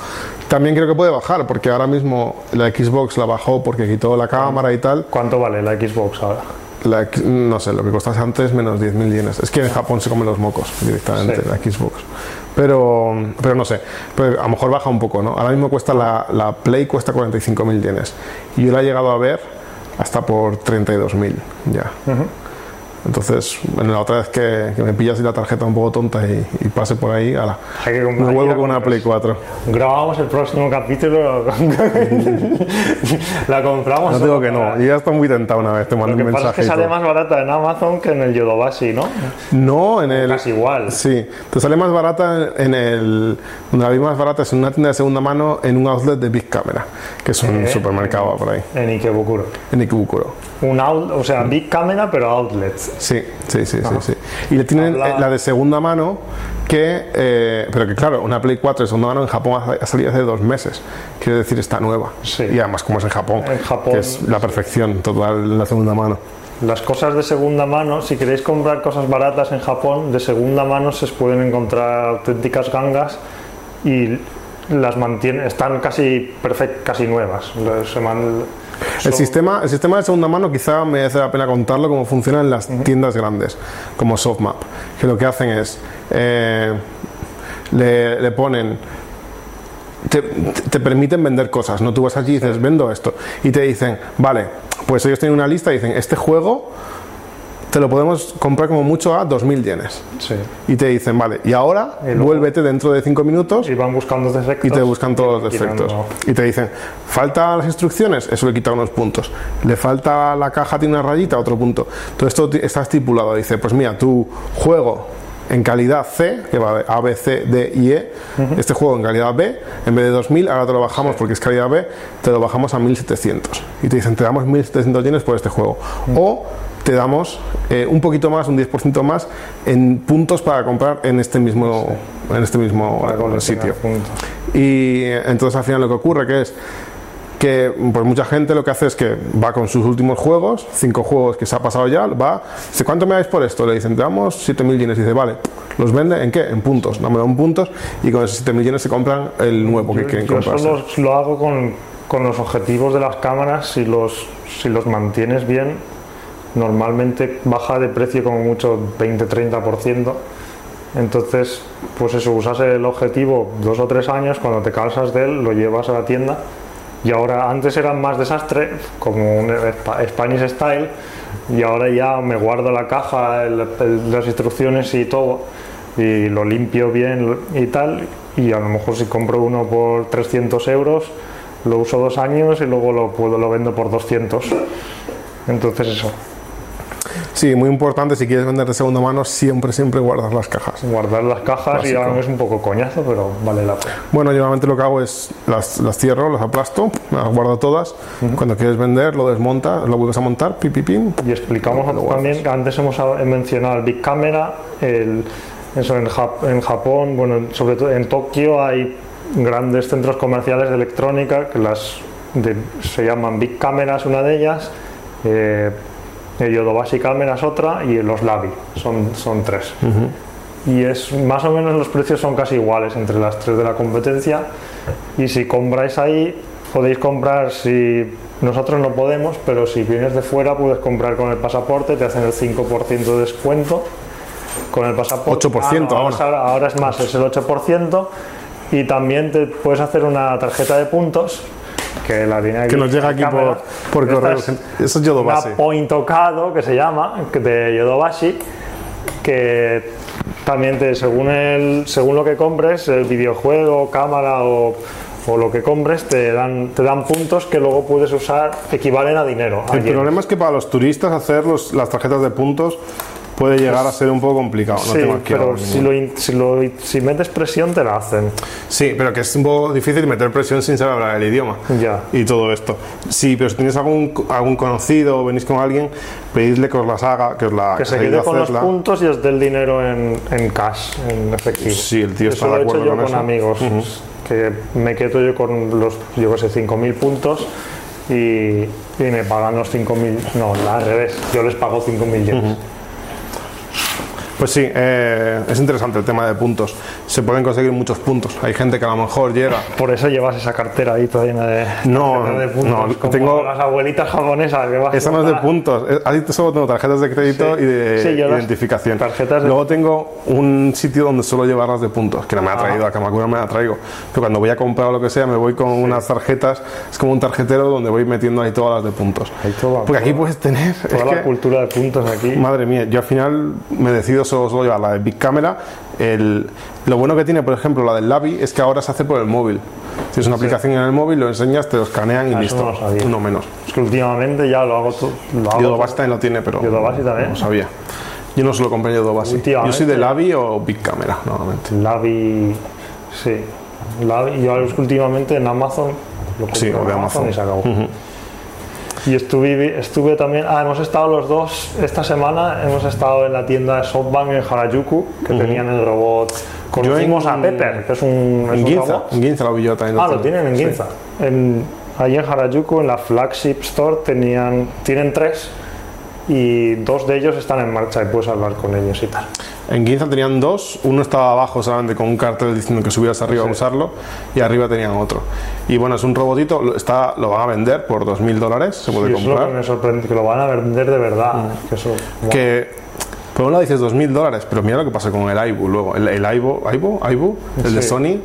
B: También creo que puede bajar, porque ahora mismo la Xbox la bajó porque quitó la cámara y tal.
C: ¿Cuánto vale la Xbox ahora?
B: La X- no sé, lo que costase antes menos 10.000 yenes. Es que en Japón se comen los mocos directamente,
C: Sí.
B: la Xbox. Pero, pero no sé, pero a lo mejor baja un poco, ¿no? Ahora mismo cuesta la, la Play cuesta 45.000 yenes. Y yo la he llegado a ver hasta por 32.000 ya. Entonces, bueno, la otra vez que, que me pillas y la tarjeta un poco tonta y, y pase por ahí, ala,
C: Hay que comprar-
B: me
C: ir
B: vuelvo
C: a
B: con una
C: comprar.
B: Play 4.
C: Grabamos el
B: [laughs]
C: próximo capítulo. la compramos.
B: No digo que no, yo ya estoy muy tentado una vez, te mando
C: Lo
B: un
C: que pasa es
B: mensaje.
C: que
B: y
C: sale
B: todo.
C: más barata en Amazon que en el Yodobashi, ¿no?
B: No, en el,
C: Casi igual.
B: Sí, te sale más barata en el. Donde la vi más barata es en una tienda de segunda mano en un outlet de Big Camera, que es un
C: Eh.
B: supermercado por ahí,
C: En Ikebukuro.
B: en Ikebukuro.
C: Un out, o sea, big camera, pero outlet.
B: Sí, sí, sí, sí, sí. Y le tienen
C: Habla-
B: eh, la de segunda mano que. eh, pero que claro, una Play 4 de segunda mano en Japón ha- ha salido hace dos meses. Quiero decir, está nueva.
C: Sí.
B: Y además, como es en Japón,
C: En Japón,
B: que es la perfección total la segunda mano.
C: Las cosas de segunda mano, si queréis comprar cosas baratas en Japón, de segunda mano se pueden encontrar auténticas gangas y las mantienen, están casi perfect, casi nuevas. Las- se man-
B: El
C: son-
B: sistema, el sistema de segunda mano quizá merece la pena contarlo cómo funciona en las tiendas grandes, como Softmap, que lo que hacen es, eh, le, le ponen, te, te permiten vender cosas, ¿no? Tú vas allí y dices, vendo esto, y te dicen, vale, pues ellos tienen una lista y dicen, este juego te lo podemos comprar como mucho a 2.000 yenes.
C: Sí.
B: Y te dicen, vale, y ahora
C: luego-
B: vuélvete dentro de 5 minutos
C: Y van buscando defectos.
B: y te buscan todos los
C: Quitando-
B: defectos. Y te dicen, falta las instrucciones, eso le quita unos puntos. Le falta la caja, tiene una rayita, otro punto. Todo esto ti- está estipulado. Dice, pues mira, tu juego en calidad C, que va de A, B, C, D y E, este juego en calidad B, en vez de 2000, ahora te lo bajamos porque es calidad B, te lo bajamos a 1700. Y te dicen, te damos 1700 yenes por este juego. O te damos eh, un poquito más, un 10% más en puntos para comprar en este mismo, en este mismo
C: Para
B: eh,
C: coleccionar
B: sitio.
C: puntos.
B: Y eh, entonces al final lo que ocurre que es que pues mucha gente lo que hace es que va con sus últimos juegos, cinco juegos que se ha pasado ya, va, dice, ¿cuánto me dais por esto? Le dicen, te damos 7.000 yenes. Dice, vale, ¿los vende en qué? En puntos. No me dan puntos y con esos 7.000 yenes se compran el nuevo que quieren
C: Yo
B: comprarse.
C: solo lo hago con, con los objetivos de las cámaras, si los, si los mantienes bien, normalmente baja de precio como mucho 20-30%. Entonces, pues eso, usas el objetivo dos o tres años, cuando te cansas de él, lo llevas a la tienda. Y ahora, antes eran más desastre, como un Spa- Spanish Style, y ahora ya me guardo la caja, el- el- las instrucciones y todo, y lo limpio bien y tal. Y a lo mejor si compro uno por 300 euros, lo uso dos años y luego lo, puedo, lo vendo por 200. Entonces, eso,
B: Sí, muy importante, si quieres vender de segunda mano, siempre, siempre guardas las cajas.
C: guardar las cajas y
B: Básico.
C: ahora es un poco coñazo, pero vale la pena.
B: Bueno, yo normalmente lo que hago es las, las cierro, las aplasto, las guardo todas. Cuando quieres vender, lo desmontas, lo vuelves a montar, pi, pi, pim,
C: Y explicamos
B: Lo guardas.
C: también, que antes hemos hab- mencionado el Big Camera, el, eso en, Jap- en Japón, bueno, en- sobre todo en Tokio hay grandes centros comerciales de electrónica que las de- se llaman Big Cameras, una de ellas, eh, el Yodobashi Cameras otra y los Labi, son, son tres. Y es más o menos los precios son casi iguales entre las tres de la competencia. Y si compráis ahí, podéis comprar si nosotros no podemos, pero si vienes de fuera puedes comprar con el pasaporte, te hacen el 5% de descuento con el pasaporte.
B: 8%
C: Ah, no,
B: ahora.
C: es ahora es más, es el 8%. Y también te puedes hacer una tarjeta de puntos que la tiene aquí.
B: que nos llega aquí
C: cámara.
B: por, por
C: Esta
B: correo.
C: es-
B: Eso es yodo
C: una
B: base.
C: point tocado que se llama que- de Yodobashi que también te, según el según lo que compres el videojuego cámara o, o lo que compres te dan, te dan puntos que luego puedes usar, equivalen a dinero. a
B: El
C: yenes.
B: problema es que para los turistas hacer los- las tarjetas de puntos puede llegar a ser un poco complicado. no
C: Pues Sí,
B: te maquillo.
C: pero si, lo, in- si, lo, si metes presión te la hacen.
B: Sí, pero que es un poco difícil meter presión sin saber hablar el idioma.
C: Ya.
B: Y todo esto. Sí, pero si tienes algún, algún conocido o venís con alguien, pedidle que os las haga, que os la
C: Que se
B: ayude a
C: quede con los
B: hacerla.
C: puntos y os dé el dinero en, en cash, en efectivo.
B: Sí, el tío está
C: eso
B: de
C: lo he hecho
B: acuerdo
C: yo
B: con
C: con
B: eso.
C: amigos. Que me quedo yo con los, yo qué sé, 5.000 puntos y, y me pagan los 5.000. No, al revés. Yo les pago 5.000 yenes.
B: Pues sí, eh, es interesante el tema de puntos. Se pueden conseguir muchos puntos. Hay gente que a lo mejor llega.
C: Por eso llevas esa cartera ahí toda llena de,
B: No,
C: [laughs] llena de puntos.
B: no,
C: como
B: tengo-
C: las abuelitas japonesas que vas
B: Esa no es de
C: llevando.
B: puntos. eh, Ahí solo tengo tarjetas de crédito
C: Sí.
B: y de
C: Sí, yo las
B: identificación.
C: tarjetas de-
B: Luego tengo un sitio donde suelo llevarlas de puntos, que no me
C: Ah.
B: ha traído, a Kamakura me la traigo. Pero cuando voy a comprar o lo que sea, me voy con unas tarjetas. Es como un tarjetero donde voy metiendo ahí todas las de puntos.
C: Ahí todo va,
B: Porque aquí puedes tener. Pues es
C: Toda la
B: que-
C: cultura de puntos aquí.
B: Madre mía, yo al final me decido solo, solo llevar la de Big Camera. El- lo bueno que tiene, por ejemplo, la del Lavi es que ahora se hace por el móvil. Tienes una aplicación en el móvil, lo enseñas, te lo escanean y
C: Ah, eso
B: listo.
C: no lo sabía. pues-
B: Uno menos.
C: Es que últimamente ya lo hago todo. Lo hago
B: Yodo
C: todo.
B: Basta lo tiene, pero.
C: Yodobasi también.
B: No sabía. Yo no solo compré Yodo Basi.
C: Últimamente.
B: Yo soy de Lavi o Big Camera, normalmente.
C: Lavi, sí. Lavi, yo ahora es que últimamente en Amazon lo compré
B: Sí,
C: en
B: o de Amazon.
C: y se acabó. Y estuve, estuve también, ah, hemos estado los dos esta semana, hemos estado en la tienda de SoftBank en Harajuku, que tenían el robot. Conocimos a
B: en-
C: Pepper, que es un, es
B: En
C: un
B: Ginza,
C: robot.
B: en Ginza lo vi yo también.
C: Ah, lo tienen en
B: Sí.
C: Ginza. En, ahí en Harajuku, en la flagship store, tenían, tienen tres y dos de ellos están en marcha y puedes hablar con ellos y tal.
B: En Ginza tenían dos, uno estaba abajo solamente con un cartel diciendo que subieras arriba a usarlo y arriba tenían otro. Y bueno, es un robotito, lo, está, lo van a vender por 2.000 dólares, se puede
C: Y eso es lo que
B: comprar. Mm.
C: me sorprende, que lo van a vender de verdad. Que eso,
B: Que por un lado dices 2.000 dólares, pero mira lo que pasa con el Aibu luego. El, el Aibu, Aibu, Aibu, el de
C: Sí.
B: Sony.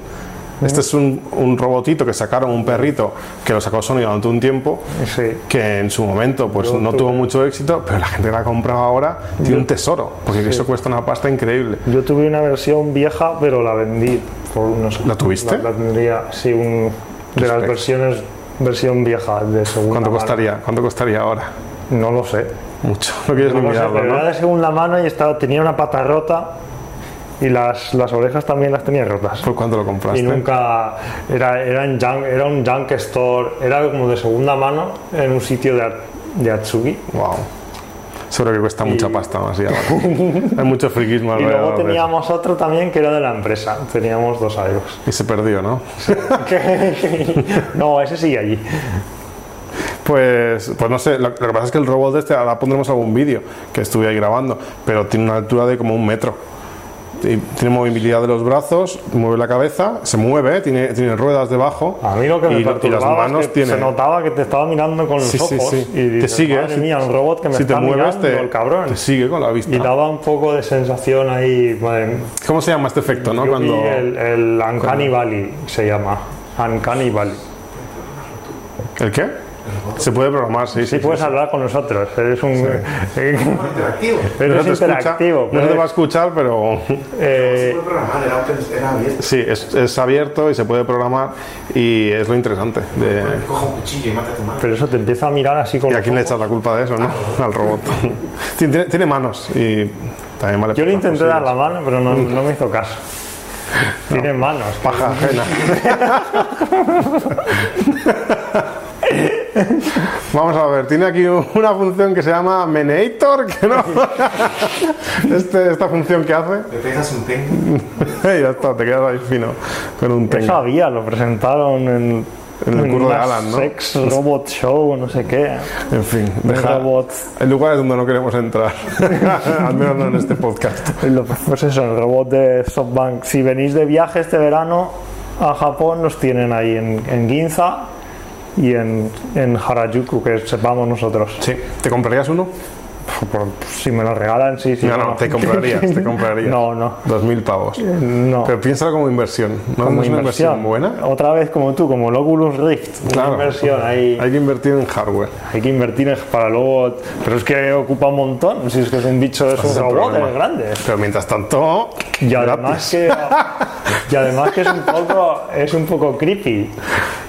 B: Este es un, un robotito que sacaron, un perrito que lo sacó Sony durante un tiempo.
C: sí.
B: que en su momento pues
C: Yo
B: no
C: tuve-
B: tuvo mucho éxito, pero la gente que la ha comprado ahora tiene un tesoro, porque eso cuesta una pasta increíble.
C: Yo tuve una versión vieja, pero la vendí por unos.
B: ¿La tuviste?
C: La, la tendría, sí, un, de las
B: Respect.
C: versiones, versión vieja de segunda.
B: ¿Cuánto
C: mano.
B: costaría? ¿Cuánto costaría ahora?
C: No lo sé.
B: Mucho. [laughs] No quieres
C: No
B: ni
C: lo sé,
B: mirarlo,
C: pero era
B: ¿no?
C: de segunda mano y estaba, tenía una pata rota y las, las orejas también las tenía rotas.
B: ¿Por cuánto lo
C: Y
B: compraste?
C: nunca era, era, en junk- era un junk store, era como de segunda mano en un sitio de, At- de Atsugi.
B: Wow. Seguro que cuesta mucha pasta más y
C: [laughs]
B: ahora. Hay mucho friquismo
C: Y luego
B: alrededor. de eso.
C: teníamos otro también que era de la empresa. Teníamos dos [laughs] aeros.
B: pues, Y se perdió, ¿no?
C: no, ese sigue allí.
B: Pues, pues no sé, lo, lo que pasa es que el robot de este, ahora pondremos algún vídeo que estuve ahí grabando, pero tiene una altura de como un metro. Y Tiene movilidad de los brazos, mueve la cabeza, se mueve, tiene, tiene ruedas debajo.
C: A mí lo que
B: y,
C: me
B: lo- y las
C: perturbaba es
B: manos
C: que
B: tiene.
C: se notaba que te estaba mirando con los
B: Sí, sí,
C: ojos
B: sí.
C: y
B: Te
C: dices,
B: sigue,
C: madre
B: si-
C: mía, un robot que me
B: si
C: está
B: te mueves,
C: mirando
B: te,
C: el cabrón.
B: te sigue con la vista.
C: Y daba un poco de sensación ahí, madre mía.
B: ¿Cómo se llama este efecto, no?
C: Yo
B: Cuando
C: vi el, el Uncanny Valley, se llama. Uncanny Valley.
B: ¿El qué? Se puede programar, sí, sí.
C: Sí,
B: sí,
C: puedes
B: sí.
C: hablar con nosotros. Eres un. [laughs] eres
G: Interactivo.
C: Eh,
B: No te escucha-
C: interactivo.
B: no te va a
C: puedes- eh,
B: escuchar, pero [laughs]
G: Se puede programar, era open- era abierto.
B: sí, es, es abierto y se puede programar y es lo interesante. De,
G: Coja un cuchillo y mata a tu madre.
C: Pero eso te empieza a mirar así con.
B: ¿Y a
C: los
B: quién le
C: ojos.
B: echas la culpa de eso, no? [laughs] Al robot. tiene, tiene manos y también vale.
C: Yo le
B: por
C: intenté
B: las
C: dar la mano, pero no, no me
B: [laughs]
C: hizo caso. Tiene manos.
B: Paja ajena. [laughs] Vamos a ver, tiene aquí una función que se llama Meneator, que no. [laughs] Este- esta función que hace.
G: Le pegas un tengo.
B: [laughs] Y ya está, te quedas ahí fino con un
C: Eso
B: tenga.
C: había, lo presentaron en,
B: En el curro de
C: una
B: Alan, ¿no?
C: Sex Robot Show, no sé qué.
B: En fin, deja.
C: Robot.
B: El lugar es donde no queremos
C: [laughs]
B: entrar. [laughs] Al menos no en este podcast.
C: Y lo- Pues eso, el robot de SoftBank. Si venís de viaje este verano a Japón, los tienen ahí en, en Ginza y en, en Harajuku, que sepamos nosotros.
B: Sí, ¿te comprarías uno?
C: Por- si me lo regalan, sí, sí.
B: No, no, te comprarías, te comprarías.
C: [laughs] No, no.
B: Dos mil pavos.
C: No.
B: Pero piénsalo como inversión. ¿No
C: Como
B: ¿No es una inversión buena?
C: Otra vez como tú, como el Oculus Rift. Una
B: Claro.
C: inversión ahí.
B: Hay que invertir en hardware.
C: Hay que invertir en- para luego. Pero es que ocupa un montón. Si es que es un bicho, es un
B: es el
C: robot,
B: problema.
C: es grande.
B: Pero mientras tanto,
C: Y además, que, y además que es un poco, es un poco creepy.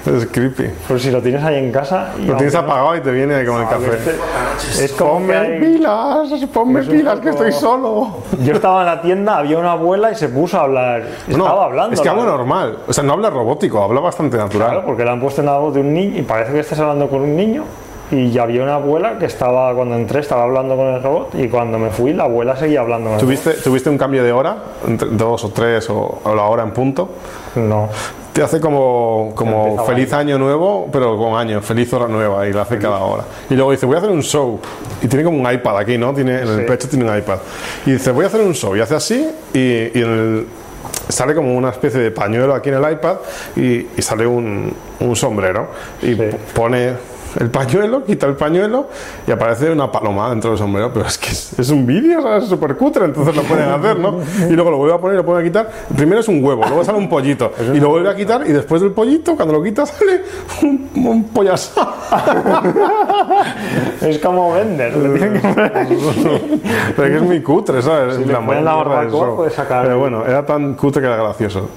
B: Es creepy.
C: Por si lo tienes ahí en casa. y
B: Lo tienes
C: aunque
B: apagado y te viene con el
C: no-
B: café.
C: este- Es como que
B: Ponme
C: hay-
B: pilas, ponme
C: es un
B: pilas, que
C: poco-
B: estoy solo.
C: yo estaba en la tienda, había una abuela y se puso a hablar.
B: No,
C: estaba hablando.
B: Es que habla
C: claro.
B: normal. O sea, no habla robótico, habla bastante
C: Claro,
B: natural.
C: porque le han puesto en la voz de un niño y parece que estás hablando con un niño. Y ya había una abuela que estaba, cuando entré, estaba hablando con el robot y cuando me fui, la abuela seguía hablando con el
B: ¿Tuviste, tuviste un cambio de hora? Entre dos o tres o, o la hora en punto.
C: robot. No.
B: Te hace como, como
C: Empieza
B: feliz año nuevo, pero con año, feliz hora nueva, y lo hace cada hora. Y luego dice, voy a hacer un show. Y tiene como un iPad aquí, ¿no? Tiene, en el
C: Sí.
B: pecho tiene un iPad. Y dice, voy a hacer un show. Y hace así, y, y en el- sale como una especie de pañuelo aquí en el iPad, y, y sale un, un sombrero. Y
C: Sí.
B: pone el pañuelo, quita el pañuelo, y aparece una paloma dentro del sombrero. Pero es que es, es un vídeo, ¿sabes? Es súper cutre, entonces lo pueden hacer, ¿no? Y luego lo vuelve a poner, lo vuelve a quitar. Primero es un huevo, luego sale un pollito. Y lo vuelve a quitar, y después del pollito, cuando lo quita, [laughs] sale un, un pollazo.
C: Es como vender. le tienen que-
B: Pero es que es muy cutre, ¿sabes?
C: le ponen la
B: mierda del
C: barbacoa,
B: show.
C: puedes sacar-
B: Pero bueno, era tan cutre que era gracioso.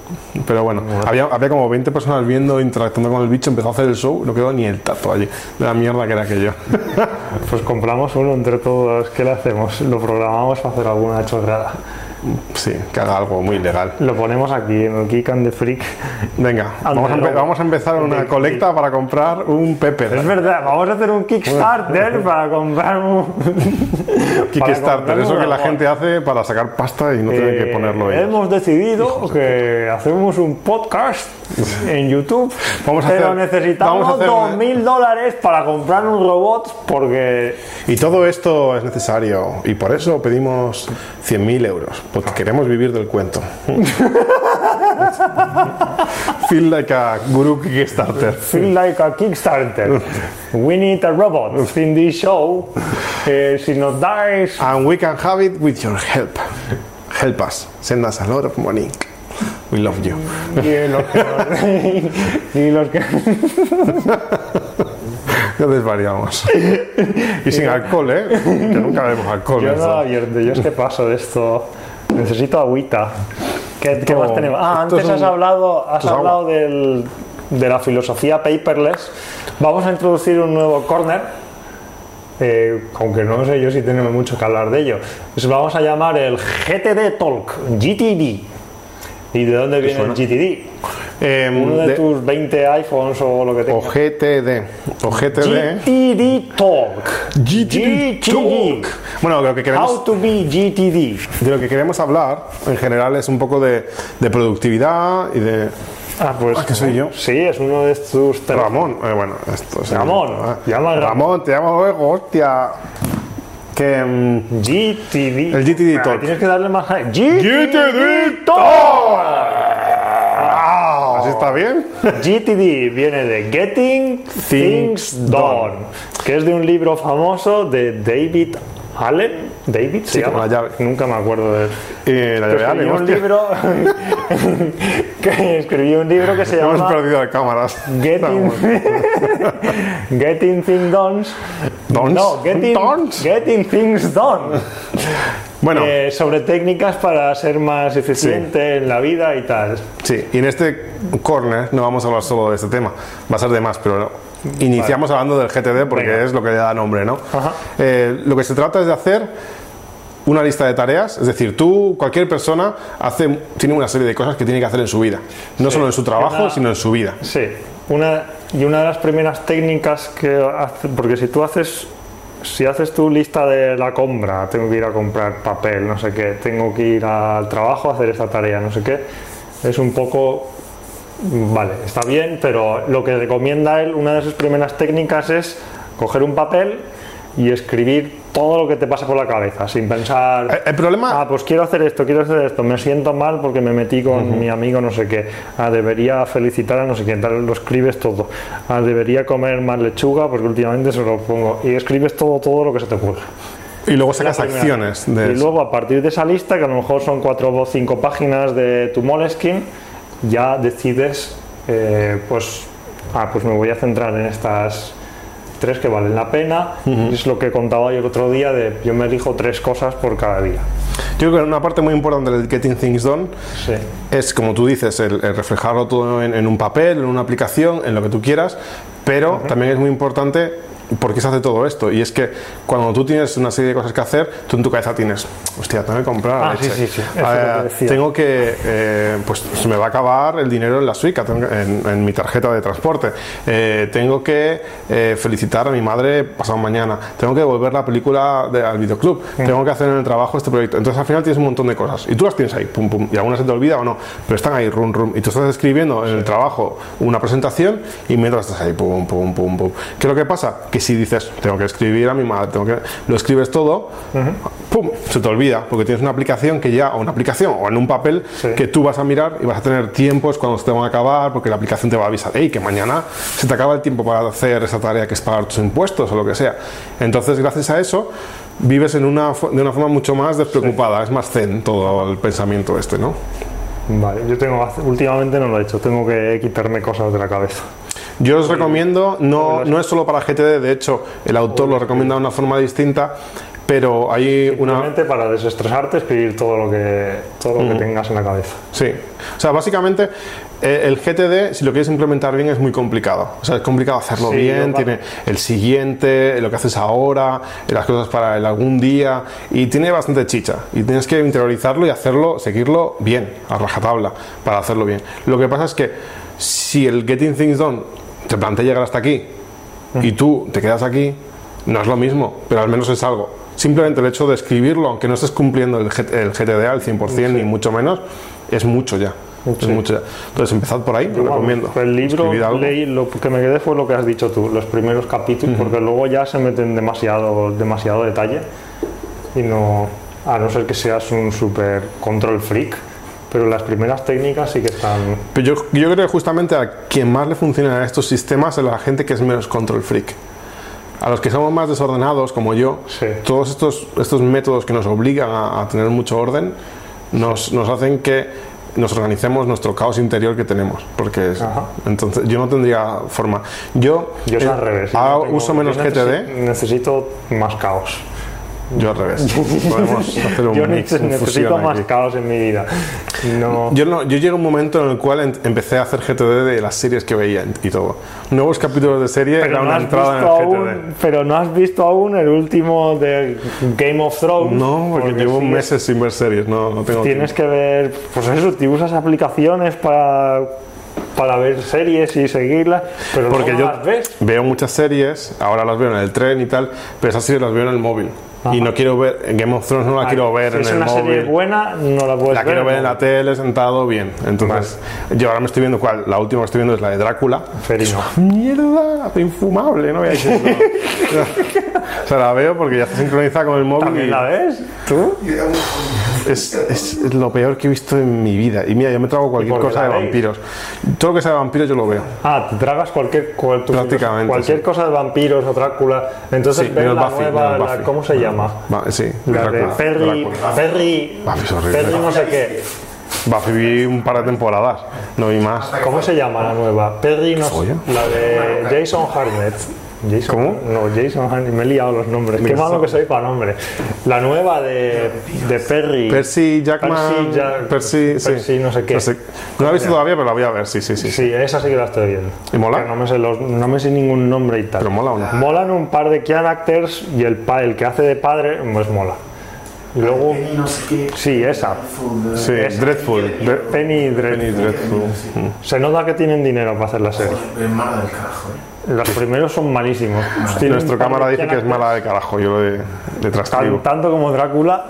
B: Pero bueno, había, había como 20 personas viendo, interactuando con el bicho, empezó a hacer el show, no quedó ni el tato allí, de la mierda que era aquello. [laughs]
C: Pues compramos uno entre todos. ¿Qué le hacemos? Lo programamos para hacer alguna chorrada.
B: Sí, que haga algo muy ilegal.
C: Lo ponemos aquí en el Geek and the Freak.
B: Venga,
C: Ande,
B: vamos a, empe-
C: lobo.
B: vamos a empezar una
C: Ande,
B: colecta para comprar un
C: Es
B: Pepper.
C: verdad, vamos a hacer un Kickstarter para comprar un.
B: Kickstarter,
C: comprar
B: eso que
C: una
B: la
C: bola.
B: gente hace para sacar pasta y no tiene que
C: Eh,
B: ponerlo ahí.
C: Hemos decidido que hacemos un
B: [laughs]
C: podcast en YouTube,
B: Vamos a
C: pero
B: hacer-
C: necesitamos
B: vamos a hacer una-
C: dos mil dólares para comprar un robot porque
B: Y todo esto es necesario y por eso pedimos 100.000 euros, porque queremos vivir del cuento. Feel like a guru Kickstarter.
C: feel like a
B: [laughs]
C: Kickstarter. We need a robot in this show. Eh, si nos
B: [laughs]
C: dais
B: And we can have it with your help. Help us. Send us a lot of money. We love you.
C: y los que nos- [laughs] y los que-
B: Ya desvariamos. Y sin alcohol, ¿eh? Que nunca vemos alcohol.
C: Yo
B: en
C: no lo
B: esto.
C: abierto, yo es que paso de esto. Necesito agüita. ¿Qué, qué más tenemos? Ah,
B: esto
C: antes
B: es
C: has
B: un-
C: hablado, has
B: es agua.
C: hablado del- de la filosofía paperless. Vamos a introducir un nuevo corner, eh, aunque no sé yo si tenemos mucho que hablar de ello. Pues vamos a llamar el GTD Talk, GTD. ¿Y de dónde viene el GTD?
B: Em,
C: Uno de,
B: de-
C: tus 20 iPhones o lo que
B: O
C: tengas.
B: GTD. O GTD.
C: GTD Talk.
B: GTD
C: GTD.
B: Talk. Bueno, lo que queremos.
C: How to be GTD.
B: De lo que queremos hablar en general es un poco de, de productividad y de.
C: Ah, pues.
B: Ah, que soy yo.
C: Sí, es uno de tus teléfonos.
B: Ramón, eh, bueno, esto es.
C: Ramón,
B: Ah,
C: llama a Ramón.
B: Ramón, te llamo luego, hostia. Que. mm,
C: GTD.
B: El GTD
C: Ah,
B: Talk.
C: Tienes que darle más. hype. GTD
B: GTD
C: Talk.
B: ¿Así está bien?
C: GTD viene de Getting Things Done, que es de un libro famoso de David Allen. David se
B: Sí, como
C: llama.
B: la llave.
C: Nunca me acuerdo de él.
B: Y la llave
C: escribió
B: Allen,
C: un
B: hostia.
C: libro [laughs] que escribió un libro que se
B: Hemos
C: llama
B: perdido de cámaras.
C: Getting, [laughs] getting Things Done.
B: [laughs] Dons.
C: No, getting,
B: Dons.
C: getting Things Done.
B: Bueno,
C: Eh, sobre técnicas para ser más eficiente en la vida y tal.
B: sí, y en este corner no vamos a hablar solo de este tema, va a ser de más, pero iniciamos hablando del GTD porque
C: Venga.
B: es lo que le da nombre, ¿no?
C: Ajá.
B: Eh, lo que se trata es de hacer una lista de tareas, es decir, tú, cualquier persona, hace, tiene una serie de cosas que tiene que hacer en su vida, no solo en su trabajo,
C: Una-
B: sino en su vida.
C: Sí. Una, y una de las primeras técnicas que hace- porque si tú haces si haces tu lista de la compra, tengo que ir a comprar papel, no sé qué, tengo que ir al trabajo a hacer esta tarea, no sé qué, es un poco Vale, está bien, pero lo que recomienda él, una de sus primeras técnicas es coger un papel y escribir todo lo que te pasa por la cabeza, sin pensar...
B: Eh, el problema-
C: Ah, pues quiero hacer esto, quiero hacer esto, me siento mal porque me metí con mi amigo no sé qué, ah, debería felicitar a no sé quién, tal, lo escribes todo, ah, debería comer más lechuga porque últimamente se lo pongo, y escribes todo, todo lo que se te ocurra.
B: Y luego sacas
C: Primera.
B: acciones de
C: Y
B: eso.
C: luego a partir de esa lista, que a lo mejor son cuatro o cinco páginas de tu Moleskine, ya decides, eh, pues, ah, pues me voy a centrar en estas tres que valen la pena. Es lo que contaba yo el otro día de yo me elijo tres cosas por cada día.
B: Yo Yo creo que una parte muy importante del Getting Things Done
C: Sí.
B: es, como tú dices, el, el reflejarlo todo en, en un papel, en una aplicación, en lo que tú quieras, pero también es muy importante por qué se hace todo esto. Y es que cuando tú tienes una serie de cosas que hacer, tú en tu cabeza tienes, hostia, tengo que comprar la
C: Ah, sí,
B: leche.
C: sí, sí. Eso
B: Ah,
C: es lo que decía.
B: tengo que, eh, pues se me va a acabar el dinero en la Suica, tengo que- en, en mi tarjeta de transporte. Eh, tengo que eh, felicitar a mi madre pasado mañana. Tengo que devolver la película de- al videoclub. Tengo que hacer en el trabajo este proyecto. Entonces al final tienes un montón de cosas y tú las tienes ahí, pum, pum, y algunas se te olvida o no, pero están ahí, rum, rum. Y tú estás escribiendo en el trabajo una presentación y mientras estás ahí, pum, pum, pum, pum. ¿Qué es lo que pasa? Que si dices, tengo que escribir a mi madre, tengo que... Lo escribes todo, pum, se te olvida, porque tienes una aplicación que ya, o una aplicación, o en un papel, que tú vas a mirar y vas a tener tiempos cuando se te van a acabar, porque la aplicación te va a avisar, hey, que mañana se te acaba el tiempo para hacer esa tarea que es pagar tus impuestos o lo que sea. Entonces, gracias a eso, vives en una, fo- de una forma mucho más despreocupada, es más zen todo el pensamiento este, ¿no?
C: Vale, yo tengo, últimamente no lo he hecho, tengo que quitarme cosas de la cabeza.
B: Yo os recomiendo, no, no es solo para GTD, de hecho, el autor lo recomienda de una forma distinta, pero hay una,
C: Simplemente para desestresarte, escribir todo lo que todo
B: Mm.
C: lo que tengas en la cabeza.
B: Sí. O sea, básicamente eh, el GTD, si lo quieres implementar bien, es muy complicado. O sea, es complicado hacerlo
C: Sí,
B: bien,
C: lo-
B: tiene el siguiente, lo que haces ahora, las cosas para el algún día, y tiene bastante chicha. Y tienes que interiorizarlo y hacerlo, seguirlo bien, a rajatabla, para hacerlo bien. Lo que pasa es que si el Getting Things Done te plantea llegar hasta aquí y tú te quedas aquí, no es lo mismo, pero al menos es algo. Simplemente el hecho de escribirlo, aunque no estés cumpliendo el, G- el GTD al 100% ni mucho menos, es mucho ya. Es mucho ya. Entonces empezad por ahí, lo
C: Vamos,
B: recomiendo.
C: El
B: Escribid
C: libro
B: algo.
C: leí, lo que me quedé fue lo que has dicho tú, los primeros capítulos, porque luego ya se meten demasiado, demasiado detalle y no, a no ser que seas un super control freak, pero las primeras técnicas sí que están.
B: Pero yo, yo creo que justamente a quien más le funcionan estos sistemas es a la gente que es menos control freak. A los que somos más desordenados, como yo,
C: Sí.
B: todos estos, estos métodos que nos obligan a, a tener mucho orden nos, nos hacen que nos organicemos nuestro caos interior que tenemos. Porque es-
C: Ajá.
B: entonces yo no tendría forma. Yo,
C: Yo es
B: eh,
C: al revés. yo
B: hago-
C: tengo-
B: uso
C: yo
B: menos
C: necesi-
B: GTD,
C: Necesito más caos.
B: yo al
C: [laughs]
B: revés. Podemos hacer un
C: Yo
B: mix,
C: neces-
B: una
C: necesito
B: fusión
C: más
B: aquí.
C: caos en mi vida. No.
B: Yo, no, yo llegué a un momento en el cual em- empecé a hacer GTD de las series que veía y todo. Nuevos capítulos de serie
C: Pero
B: era
C: no,
B: una
C: has
B: entrada en
C: visto
B: el GTD.
C: aún, pero no has visto aún el último de Game of Thrones.
B: No, porque, llevo
C: sigues-
B: meses sin ver series, no, no tengo
C: Tienes que ver, pues eso, te usas aplicaciones para, para ver series y seguirlas, pero
B: tiempo. Porque
C: no
B: yo
C: las ves.
B: veo muchas series, ahora las veo en el tren y tal, pero esas series las veo en el móvil. Y no quiero ver, en Game of Thrones no la quiero ver
C: si
B: en
C: es
B: el
C: una
B: móvil.
C: serie buena, no la puedes
B: La
C: ver.
B: quiero ver en
C: ¿no?
B: la tele, sentado, bien. Entonces, yo ahora me estoy viendo cuál. La última que estoy viendo es la de Drácula.
C: Ferino.
B: Mierda, infumable, no voy a decir
C: [laughs]
B: nada. O sea, la veo porque ya está sincronizada con el móvil.
C: ¿También
B: y
C: la ves?
B: Es, es lo peor que he visto en mi vida. Y mira, yo me trago cualquier
C: por qué
B: cosa
C: la
B: de
C: veis?
B: vampiros. Todo lo que sea de vampiros yo lo veo.
C: Ah, te tragas cualquier, cual- tu-
B: Prácticamente,
C: cualquier
B: sí.
C: cosa de vampiros o Drácula. Entonces
B: Sí,
C: ves
B: menos
C: la
B: Buffy,
C: nueva,
B: menos
C: la-
B: Buffy.
C: ¿cómo se llama?
B: Va- sí,
C: La de
B: Drácula,
C: Ferry,
B: Drácula.
C: Ferry,
B: Buffy es horrible.
C: Ferry no sé qué.
B: Buffy vi un par de temporadas, no vi más.
C: ¿Cómo se llama la nueva? Perry no
B: Oye.
C: La de Jason Harnett. Jason,
B: ¿Cómo?
C: No, Jason Harnett. Me he liado los nombres. Qué
B: Mira,
C: malo
B: son-
C: que soy para nombres. La nueva de, de Perry.
B: Percy Jackman,
C: Percy Jack-
B: Percy, sí.
C: Percy no sé qué.
B: No la he visto todavía, pero la voy a ver, sí, sí, sí.
C: Sí, esa sí que la estoy viendo.
B: ¿Y mola?
C: Que No me, sé los- no me sé ningún nombre y tal.
B: Pero mola o no.
C: Molan un par de characters y el, pa- el que hace de padre, pues mola. Y luego,
G: No sé qué.
C: sí, esa.
B: Sí, Dreadful. Dre-
C: Penny Dreadful.
B: Penny Dreadful.
C: Se nota que tienen dinero para hacer la serie.
G: Hermano del carajo. ¿eh?
C: Los primeros
B: [laughs]
C: son malísimos.
B: Nuestro cámara dice que es
C: mala
B: mala de carajo, yo le, le transcribo.
C: Tanto
B: [laughs]
C: como Drácula.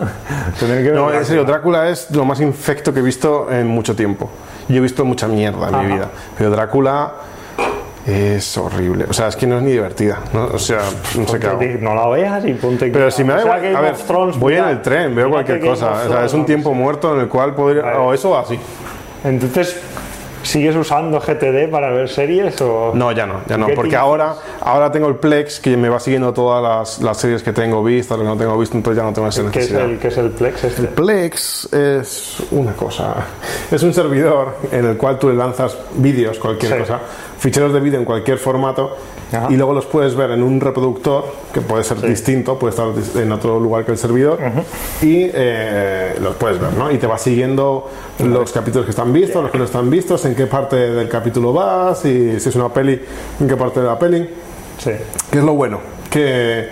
C: Tendré que ver
B: No,
C: Drácula.
B: en serio, Drácula es lo más infecto que he visto en mucho tiempo. Yo he visto mucha mierda en mi vida, pero Drácula es horrible. O sea, es que no es ni divertida. ¿no? O sea, no sé qué hago.
C: Di- No la veas y ponte.
B: Pero si me da
C: O sea,
B: igual,
C: Game
B: a ver,
C: of Thrones,
B: voy en
C: mira,
B: el tren,
C: mírate
B: veo cualquier
C: Game
B: cosa.
C: of
B: O sea, es un
C: Thrones.
B: tiempo muerto en el cual podría. O eso o así.
C: Entonces, ¿sigues usando GTD para ver series o.?
B: No, ya no, ya no.
C: ¿Qué
B: Porque
C: tienes?
B: ahora, ahora tengo el Plex que me va siguiendo todas las, las series que tengo vistas, lo que no tengo visto, entonces ya no tengo esa
C: ¿Qué es,
B: necesidad.
C: el, qué es el Plex? Este?
B: Plex es una cosa, es un servidor en el cual tú le lanzas vídeos, cualquier
C: Sí.
B: cosa, ficheros de vídeo en cualquier formato
C: Ajá.
B: y luego los puedes ver en un reproductor que puede ser distinto, puede estar dis- en otro lugar que el servidor y eh, los puedes ver, ¿no? Y te va siguiendo los capítulos que están vistos, los que no están vistos, en qué parte del capítulo vas y si es una peli, en qué parte de la peli.
C: Sí.
B: ¿Qué es lo bueno? Que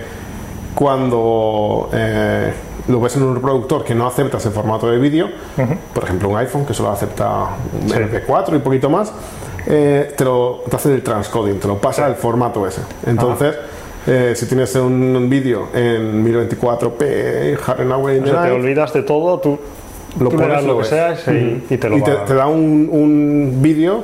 B: cuando eh, lo ves en un reproductor que no aceptas en formato de vídeo, por ejemplo un iPhone que solo acepta un MP4 y poquito más, eh, te, lo, te hace el transcoding, te lo pasa al formato ese. Entonces, eh, si tienes un, un vídeo en 1024p, Harrenaway,
C: O sea, te olvidas de todo, tú,
B: Lo
C: tú le das
B: pones,
C: lo
B: lo
C: que
B: ves.
C: sea y, y te lo
B: y te,
C: va-
B: te da un, un vídeo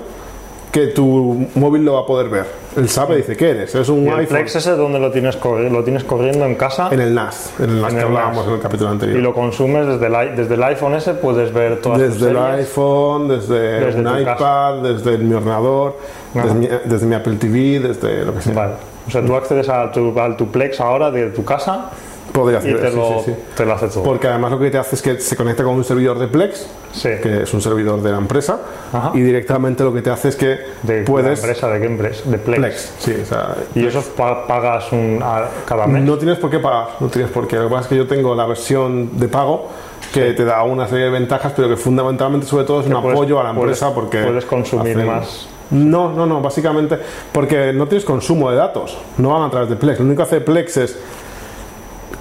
B: que tu móvil lo va a poder ver. Él sabe, dice, ¿qué eres? ¿Eres un
C: Y el
B: iPhone?
C: Flex ese donde lo tienes, corri- lo tienes corriendo en casa
B: En el NAS, en el NAS
C: En
B: que
C: el
B: hablábamos
C: NAS.
B: en el capítulo anterior.
C: y lo consumes desde el, i- desde el iPhone ese, puedes ver todas tus
B: Desde el
C: series.
B: iPhone, desde,
C: Desde tu
B: un
C: casa.
B: iPad, desde mi ordenador,
C: Ajá.
B: desde mi, desde mi Apple TV, desde lo que sea.
C: Vale. O sea, tú accedes a tu, al tu Plex ahora de tu casa
B: Podría
C: y
B: hacer
C: te,
B: sí,
C: lo,
B: sí, sí.
C: te lo hace todo.
B: Porque además lo que te hace es que se conecta con un servidor de Plex,
C: Sí.
B: que es un servidor de la empresa,
C: Ajá.
B: y directamente lo que te hace es que
C: ¿De qué
B: puedes.
C: empresa? ¿De qué empresa? De Plex.
B: Plex, sí, o sea,
C: Y eso pa- pagas un, a- cada mes.
B: No tienes por qué pagar, no tienes por qué. Lo que pasa es que yo tengo la versión de pago que te da una serie de ventajas, pero que fundamentalmente, sobre todo, es un
C: puedes-
B: apoyo a la
C: puedes-
B: empresa porque.
C: puedes consumir más.
B: No, no, no, básicamente porque no tienes consumo de datos, no van a través de Plex. Lo único que hace Plex es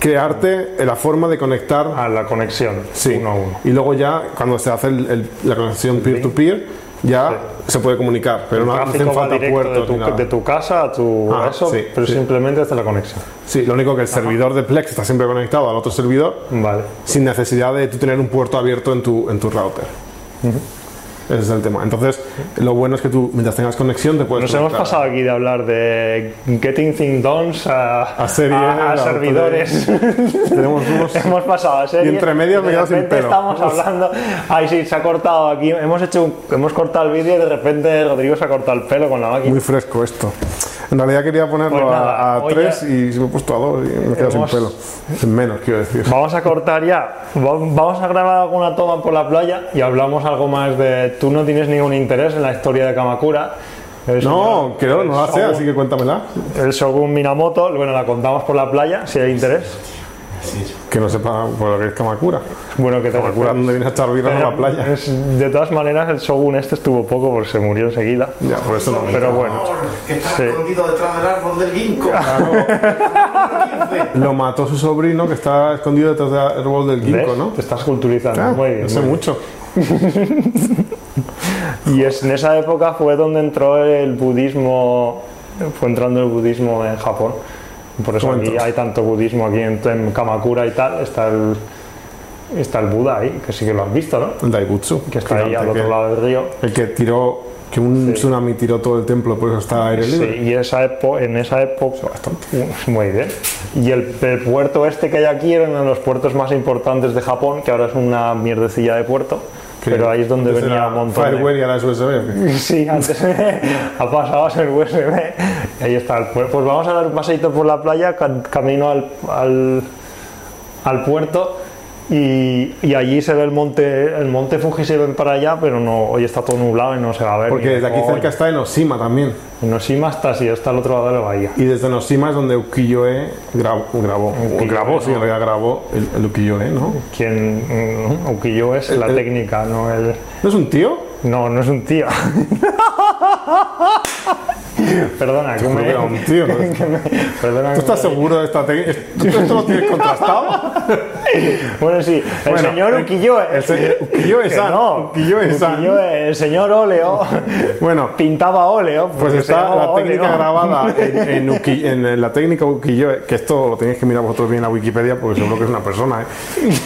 B: crearte la forma de conectar
C: A la conexión.
B: Sí.
C: Ah, Uno a uno.
B: Y luego ya, cuando se hace el- el- la conexión peer-to-peer, ya se puede comunicar, pero no, no
C: Tráfico
B: hacen
C: va
B: falta
C: directo
B: puertos.
C: de
B: ni
C: tu,
B: nada.
C: de tu casa a tu
B: Ah,
C: eso,
B: sí,
C: pero
B: sí.
C: simplemente desde la conexión.
B: Sí, lo único que el servidor de Plex está siempre conectado al otro servidor
C: Vale.
B: sin necesidad de tú tener un puerto abierto en tu, en tu router. Ese es el tema. Entonces, lo bueno es que tú, mientras tengas conexión, te puedes.
C: Nos hemos
B: conectar.
C: pasado aquí de hablar de getting things done a,
B: A series,
C: a- a
B: a
C: servidores.
B: [laughs] Tenemos unos-
C: [laughs] hemos pasado a series.
B: Y entre medias me
C: de
B: he quedado sin
C: repente
B: pelo.
C: Estamos hablando. Ay, sí, se ha cortado aquí. Hemos hecho un- hemos cortado el vídeo y de repente Rodrigo se ha cortado el pelo con la máquina.
B: Muy fresco esto. En realidad quería ponerlo
C: Pues
B: a-
C: nada,
B: a,
C: hoy
B: tres
C: ya-
B: y me he puesto a dos y me he quedado
C: Hemos-
B: sin pelo. Sin menos, quiero decir.
C: Vamos a cortar ya. Va- Vamos a grabar alguna toma por la playa y hablamos algo más de. Tú no tienes ningún interés en la historia de Kamakura. El
B: No,
C: señor-
B: creo, no la
C: el
B: sé,
C: Shogun-
B: así que cuéntamela.
C: El Shogun Minamoto, bueno, la contamos por la playa si hay interés.
B: Que no sepa por lo que es Kamakura.
C: Bueno, que te
B: Kamakura, donde vienes a echar birra en la playa.
C: Es- de todas maneras, el Shogun este estuvo poco porque se murió enseguida.
B: Ya, por eso no.
C: Pero bueno,
G: Que está
C: Sí.
G: escondido detrás del árbol del
C: [laughs]
G: ginkgo.
B: Lo mató su sobrino que está escondido detrás del árbol del ginkgo,
C: ¿ves?
B: ¿no?
C: Te estás culturizando.
B: Ah,
C: muy bien.
B: no sé
C: muy bien.
B: mucho.
C: Y es, en esa época fue donde entró el budismo, fue entrando el budismo en Japón. Por eso
B: ¿Cómo
C: aquí
B: entró?
C: hay tanto budismo aquí en, en Kamakura y tal. Está el, está el Buda ahí, que sí que lo has visto, ¿no?
B: El Daibutsu.
C: Que está ahí
B: gigante,
C: al otro
B: que-
C: lado del río.
B: El que tiró, que un tsunami tiró todo el templo, por eso está aire
C: Sí,
B: libre.
C: y esa epo- en esa época. Uf, Muy bien. Y el, el puerto este que hay aquí era uno de los puertos más importantes de Japón, que ahora es una mierdecilla de puerto.
B: Que
C: Pero ahí es donde
B: antes
C: venía
B: era
C: un montón de-
B: Fireware y ahora es USB. ¿o qué?
C: [laughs] Sí, antes ha pasado a ser USB. Ahí está el puerto. Pues vamos a dar un paseito por la playa, ca- camino al, al, al puerto. Y, y allí se ve el monte, el monte Fuji se ven para allá, pero no, hoy está todo nublado y no se va a ver.
B: Porque
C: ni de
B: desde aquí
C: coña.
B: cerca está Enoshima también.
C: En Oshima está así, está al otro lado de la bahía.
B: Y desde Enoshima es donde Ukiyo-e grabó. Grabó,
C: Ukiyo-e,
B: o grabó sí,
C: E, ¿no?
B: en realidad grabó el, el Ukiyo-e, ¿no?
C: Quien mm, ukiyo es la
B: el-
C: técnica, no el.
B: ¿No es un tío?
C: No, no es un tío. [laughs] Perdona, que
B: Creo que
C: me,
B: era un tío. ¿no?
C: [laughs] que me- Perdona,
B: ¿Tú
C: que
B: estás
C: me-
B: seguro de esta técnica? ¿Tú esto lo tienes contrastado?
C: Bueno, sí, el
B: Bueno,
C: señor
B: el-
C: Ukiyoe.
B: el señor Ukiyoe
C: Que
B: San,
C: No,
B: Ukiyoe San.
C: Ukiyoe, el señor óleo
B: Bueno,
C: pintaba óleo.
B: pues
C: porque se
B: está
C: llamaba
B: la técnica
C: óleo.
B: grabada en, en Uki- en la técnica ukiyo-e, que esto lo tenéis que mirar vosotros bien en la Wikipedia porque seguro que es una persona, ¿eh?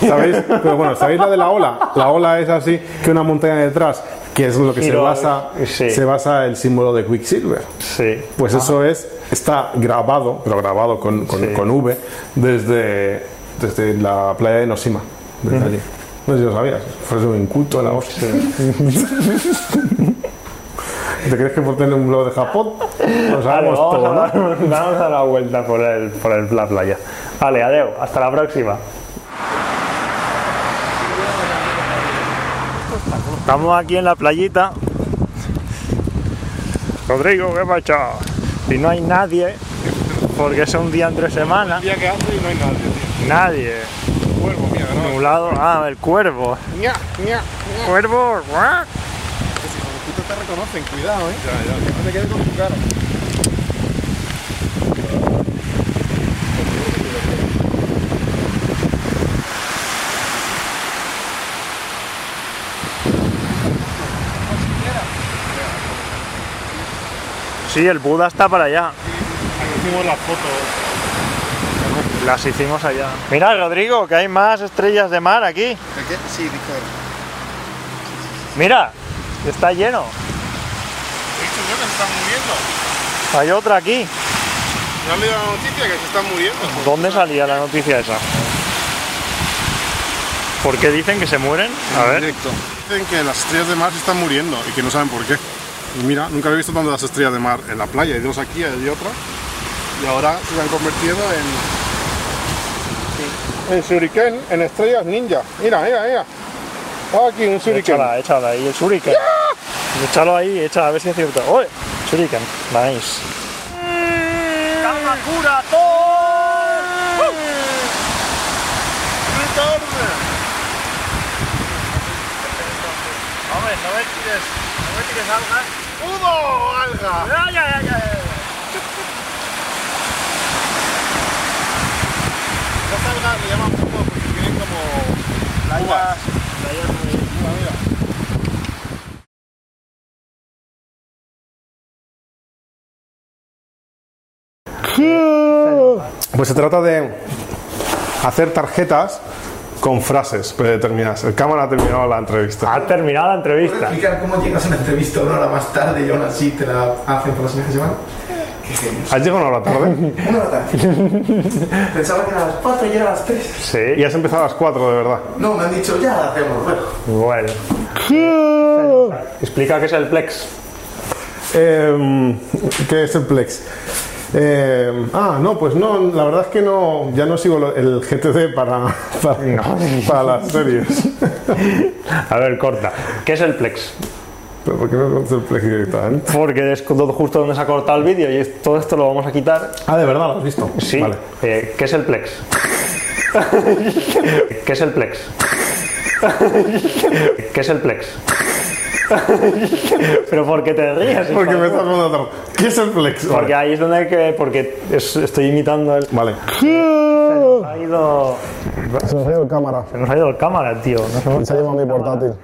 B: ¿Sabéis? Pero bueno, ¿sabéis la de la ola? La ola es así que una montaña detrás, que es en lo que se
C: Giro,
B: basa,
C: sí.
B: se basa el símbolo de Quicksilver.
C: Sí.
B: Pues eso es, está grabado, pero grabado con, con,
C: Sí.
B: con V, desde, desde la playa de Nosima, desde allí. No sé si lo sabías, fue un inculto la hostia. [laughs] ¿Te crees que por tener un blog de Japón? Lo
C: Vale,
B: sabemos
C: vamos,
B: todo,
C: a
B: ¿no?
C: dar, vamos a dar la vuelta por, el, por el, la playa. Vale, adeo, hasta la próxima. Estamos aquí en la playita Rodrigo, ¿qué pasa? Y no hay nadie, porque es un día entre semana.
F: día que hace y no hay nadie, tío.
C: Nadie.
F: Cuervo, mira, no.
C: Nublado. Ah, el cuervo.
F: Ña, ña, ña.
C: Cuervo. guau.
B: Si con el pito te reconocen, cuidado, eh.
F: Ya, ya.
B: No te quedes con tu cara.
C: Sí, el Buda está para allá.
F: Aquí hicimos las fotos.
C: Las hicimos allá. Mira, Rodrigo, que hay más estrellas de mar aquí.
G: Sí, dijo él.
C: Mira, está lleno.
F: He dicho yo que se están muriendo.
C: Hay otra aquí.
F: ¿No han leído la noticia que se están muriendo?
C: ¿Dónde salía la noticia esa? ¿Por qué dicen que se mueren? A ver.
B: Directo. Dicen que las estrellas de mar se están muriendo y que no saben por qué. Y mira, nunca había visto tantas estrellas de mar en la playa. Hay dos aquí, hay otra. Y ahora se han convertido en. En shuriken, en estrellas ninja. Mira, mira, mira. Ah, aquí un
C: Échala, échala ahí, el shuriken.
F: ¡Ah!
C: Échalo ahí, échala, a ver si es cierto. ¡Oye! Shuriken, nice. ¡Kamakura Hombre, no me tires, no me tires algas.
F: ¡Udo, alga!
C: ¡Ya, ya, ya, ya!
F: Las algas le llaman poco porque tienen como... Uvas.
B: Pues se trata de hacer tarjetas con frases predeterminadas. El cámara ha terminado la entrevista.
C: Ha terminado la
G: ¿Puedes
C: entrevista.
G: explicar cómo llegas a una entrevista una hora más tarde y aún así te la hacen para la siguiente semana? Qué genio.
B: ¿Has llegado una hora tarde?
G: Una hora tarde.
C: [laughs]
G: Pensaba que era a las 4 y era a las 3.
B: Y
C: Sí,
B: has empezado a las 4, de verdad.
G: No, me han dicho ya la hacemos. Bueno,
C: bueno. Explica qué es el Plex.
B: Eh, ¿Qué es el Plex? Eh, ah, no, pues no, la verdad es que no, ya no sigo lo- el GTD para, para, para las series.
C: A ver, corta. ¿Qué es el Plex?
B: ¿Pero por qué me preguntas el Plex directamente?
C: Porque es cuando- justo donde se ha cortado el vídeo y es- todo esto lo vamos a quitar.
B: Ah, de verdad, lo has visto.
C: Sí.
B: Vale.
C: Eh, ¿Qué es el Plex?
B: [laughs]
C: ¿Qué es el Plex? ¿Qué es el Plex? Pero ¿por qué te ríes? hijo
B: Porque
C: de
B: me
C: puta?
B: estás preguntando, ¿qué es el Plex? Vale.
C: Porque ahí es donde hay que. Porque es- estoy imitando el.
B: Vale.
C: Ha ido.
B: Ah.
H: Se nos ha ido el cámara.
C: Se nos ha ido el cámara, tío. Nos hemos-
H: Se ha llevado mi portátil.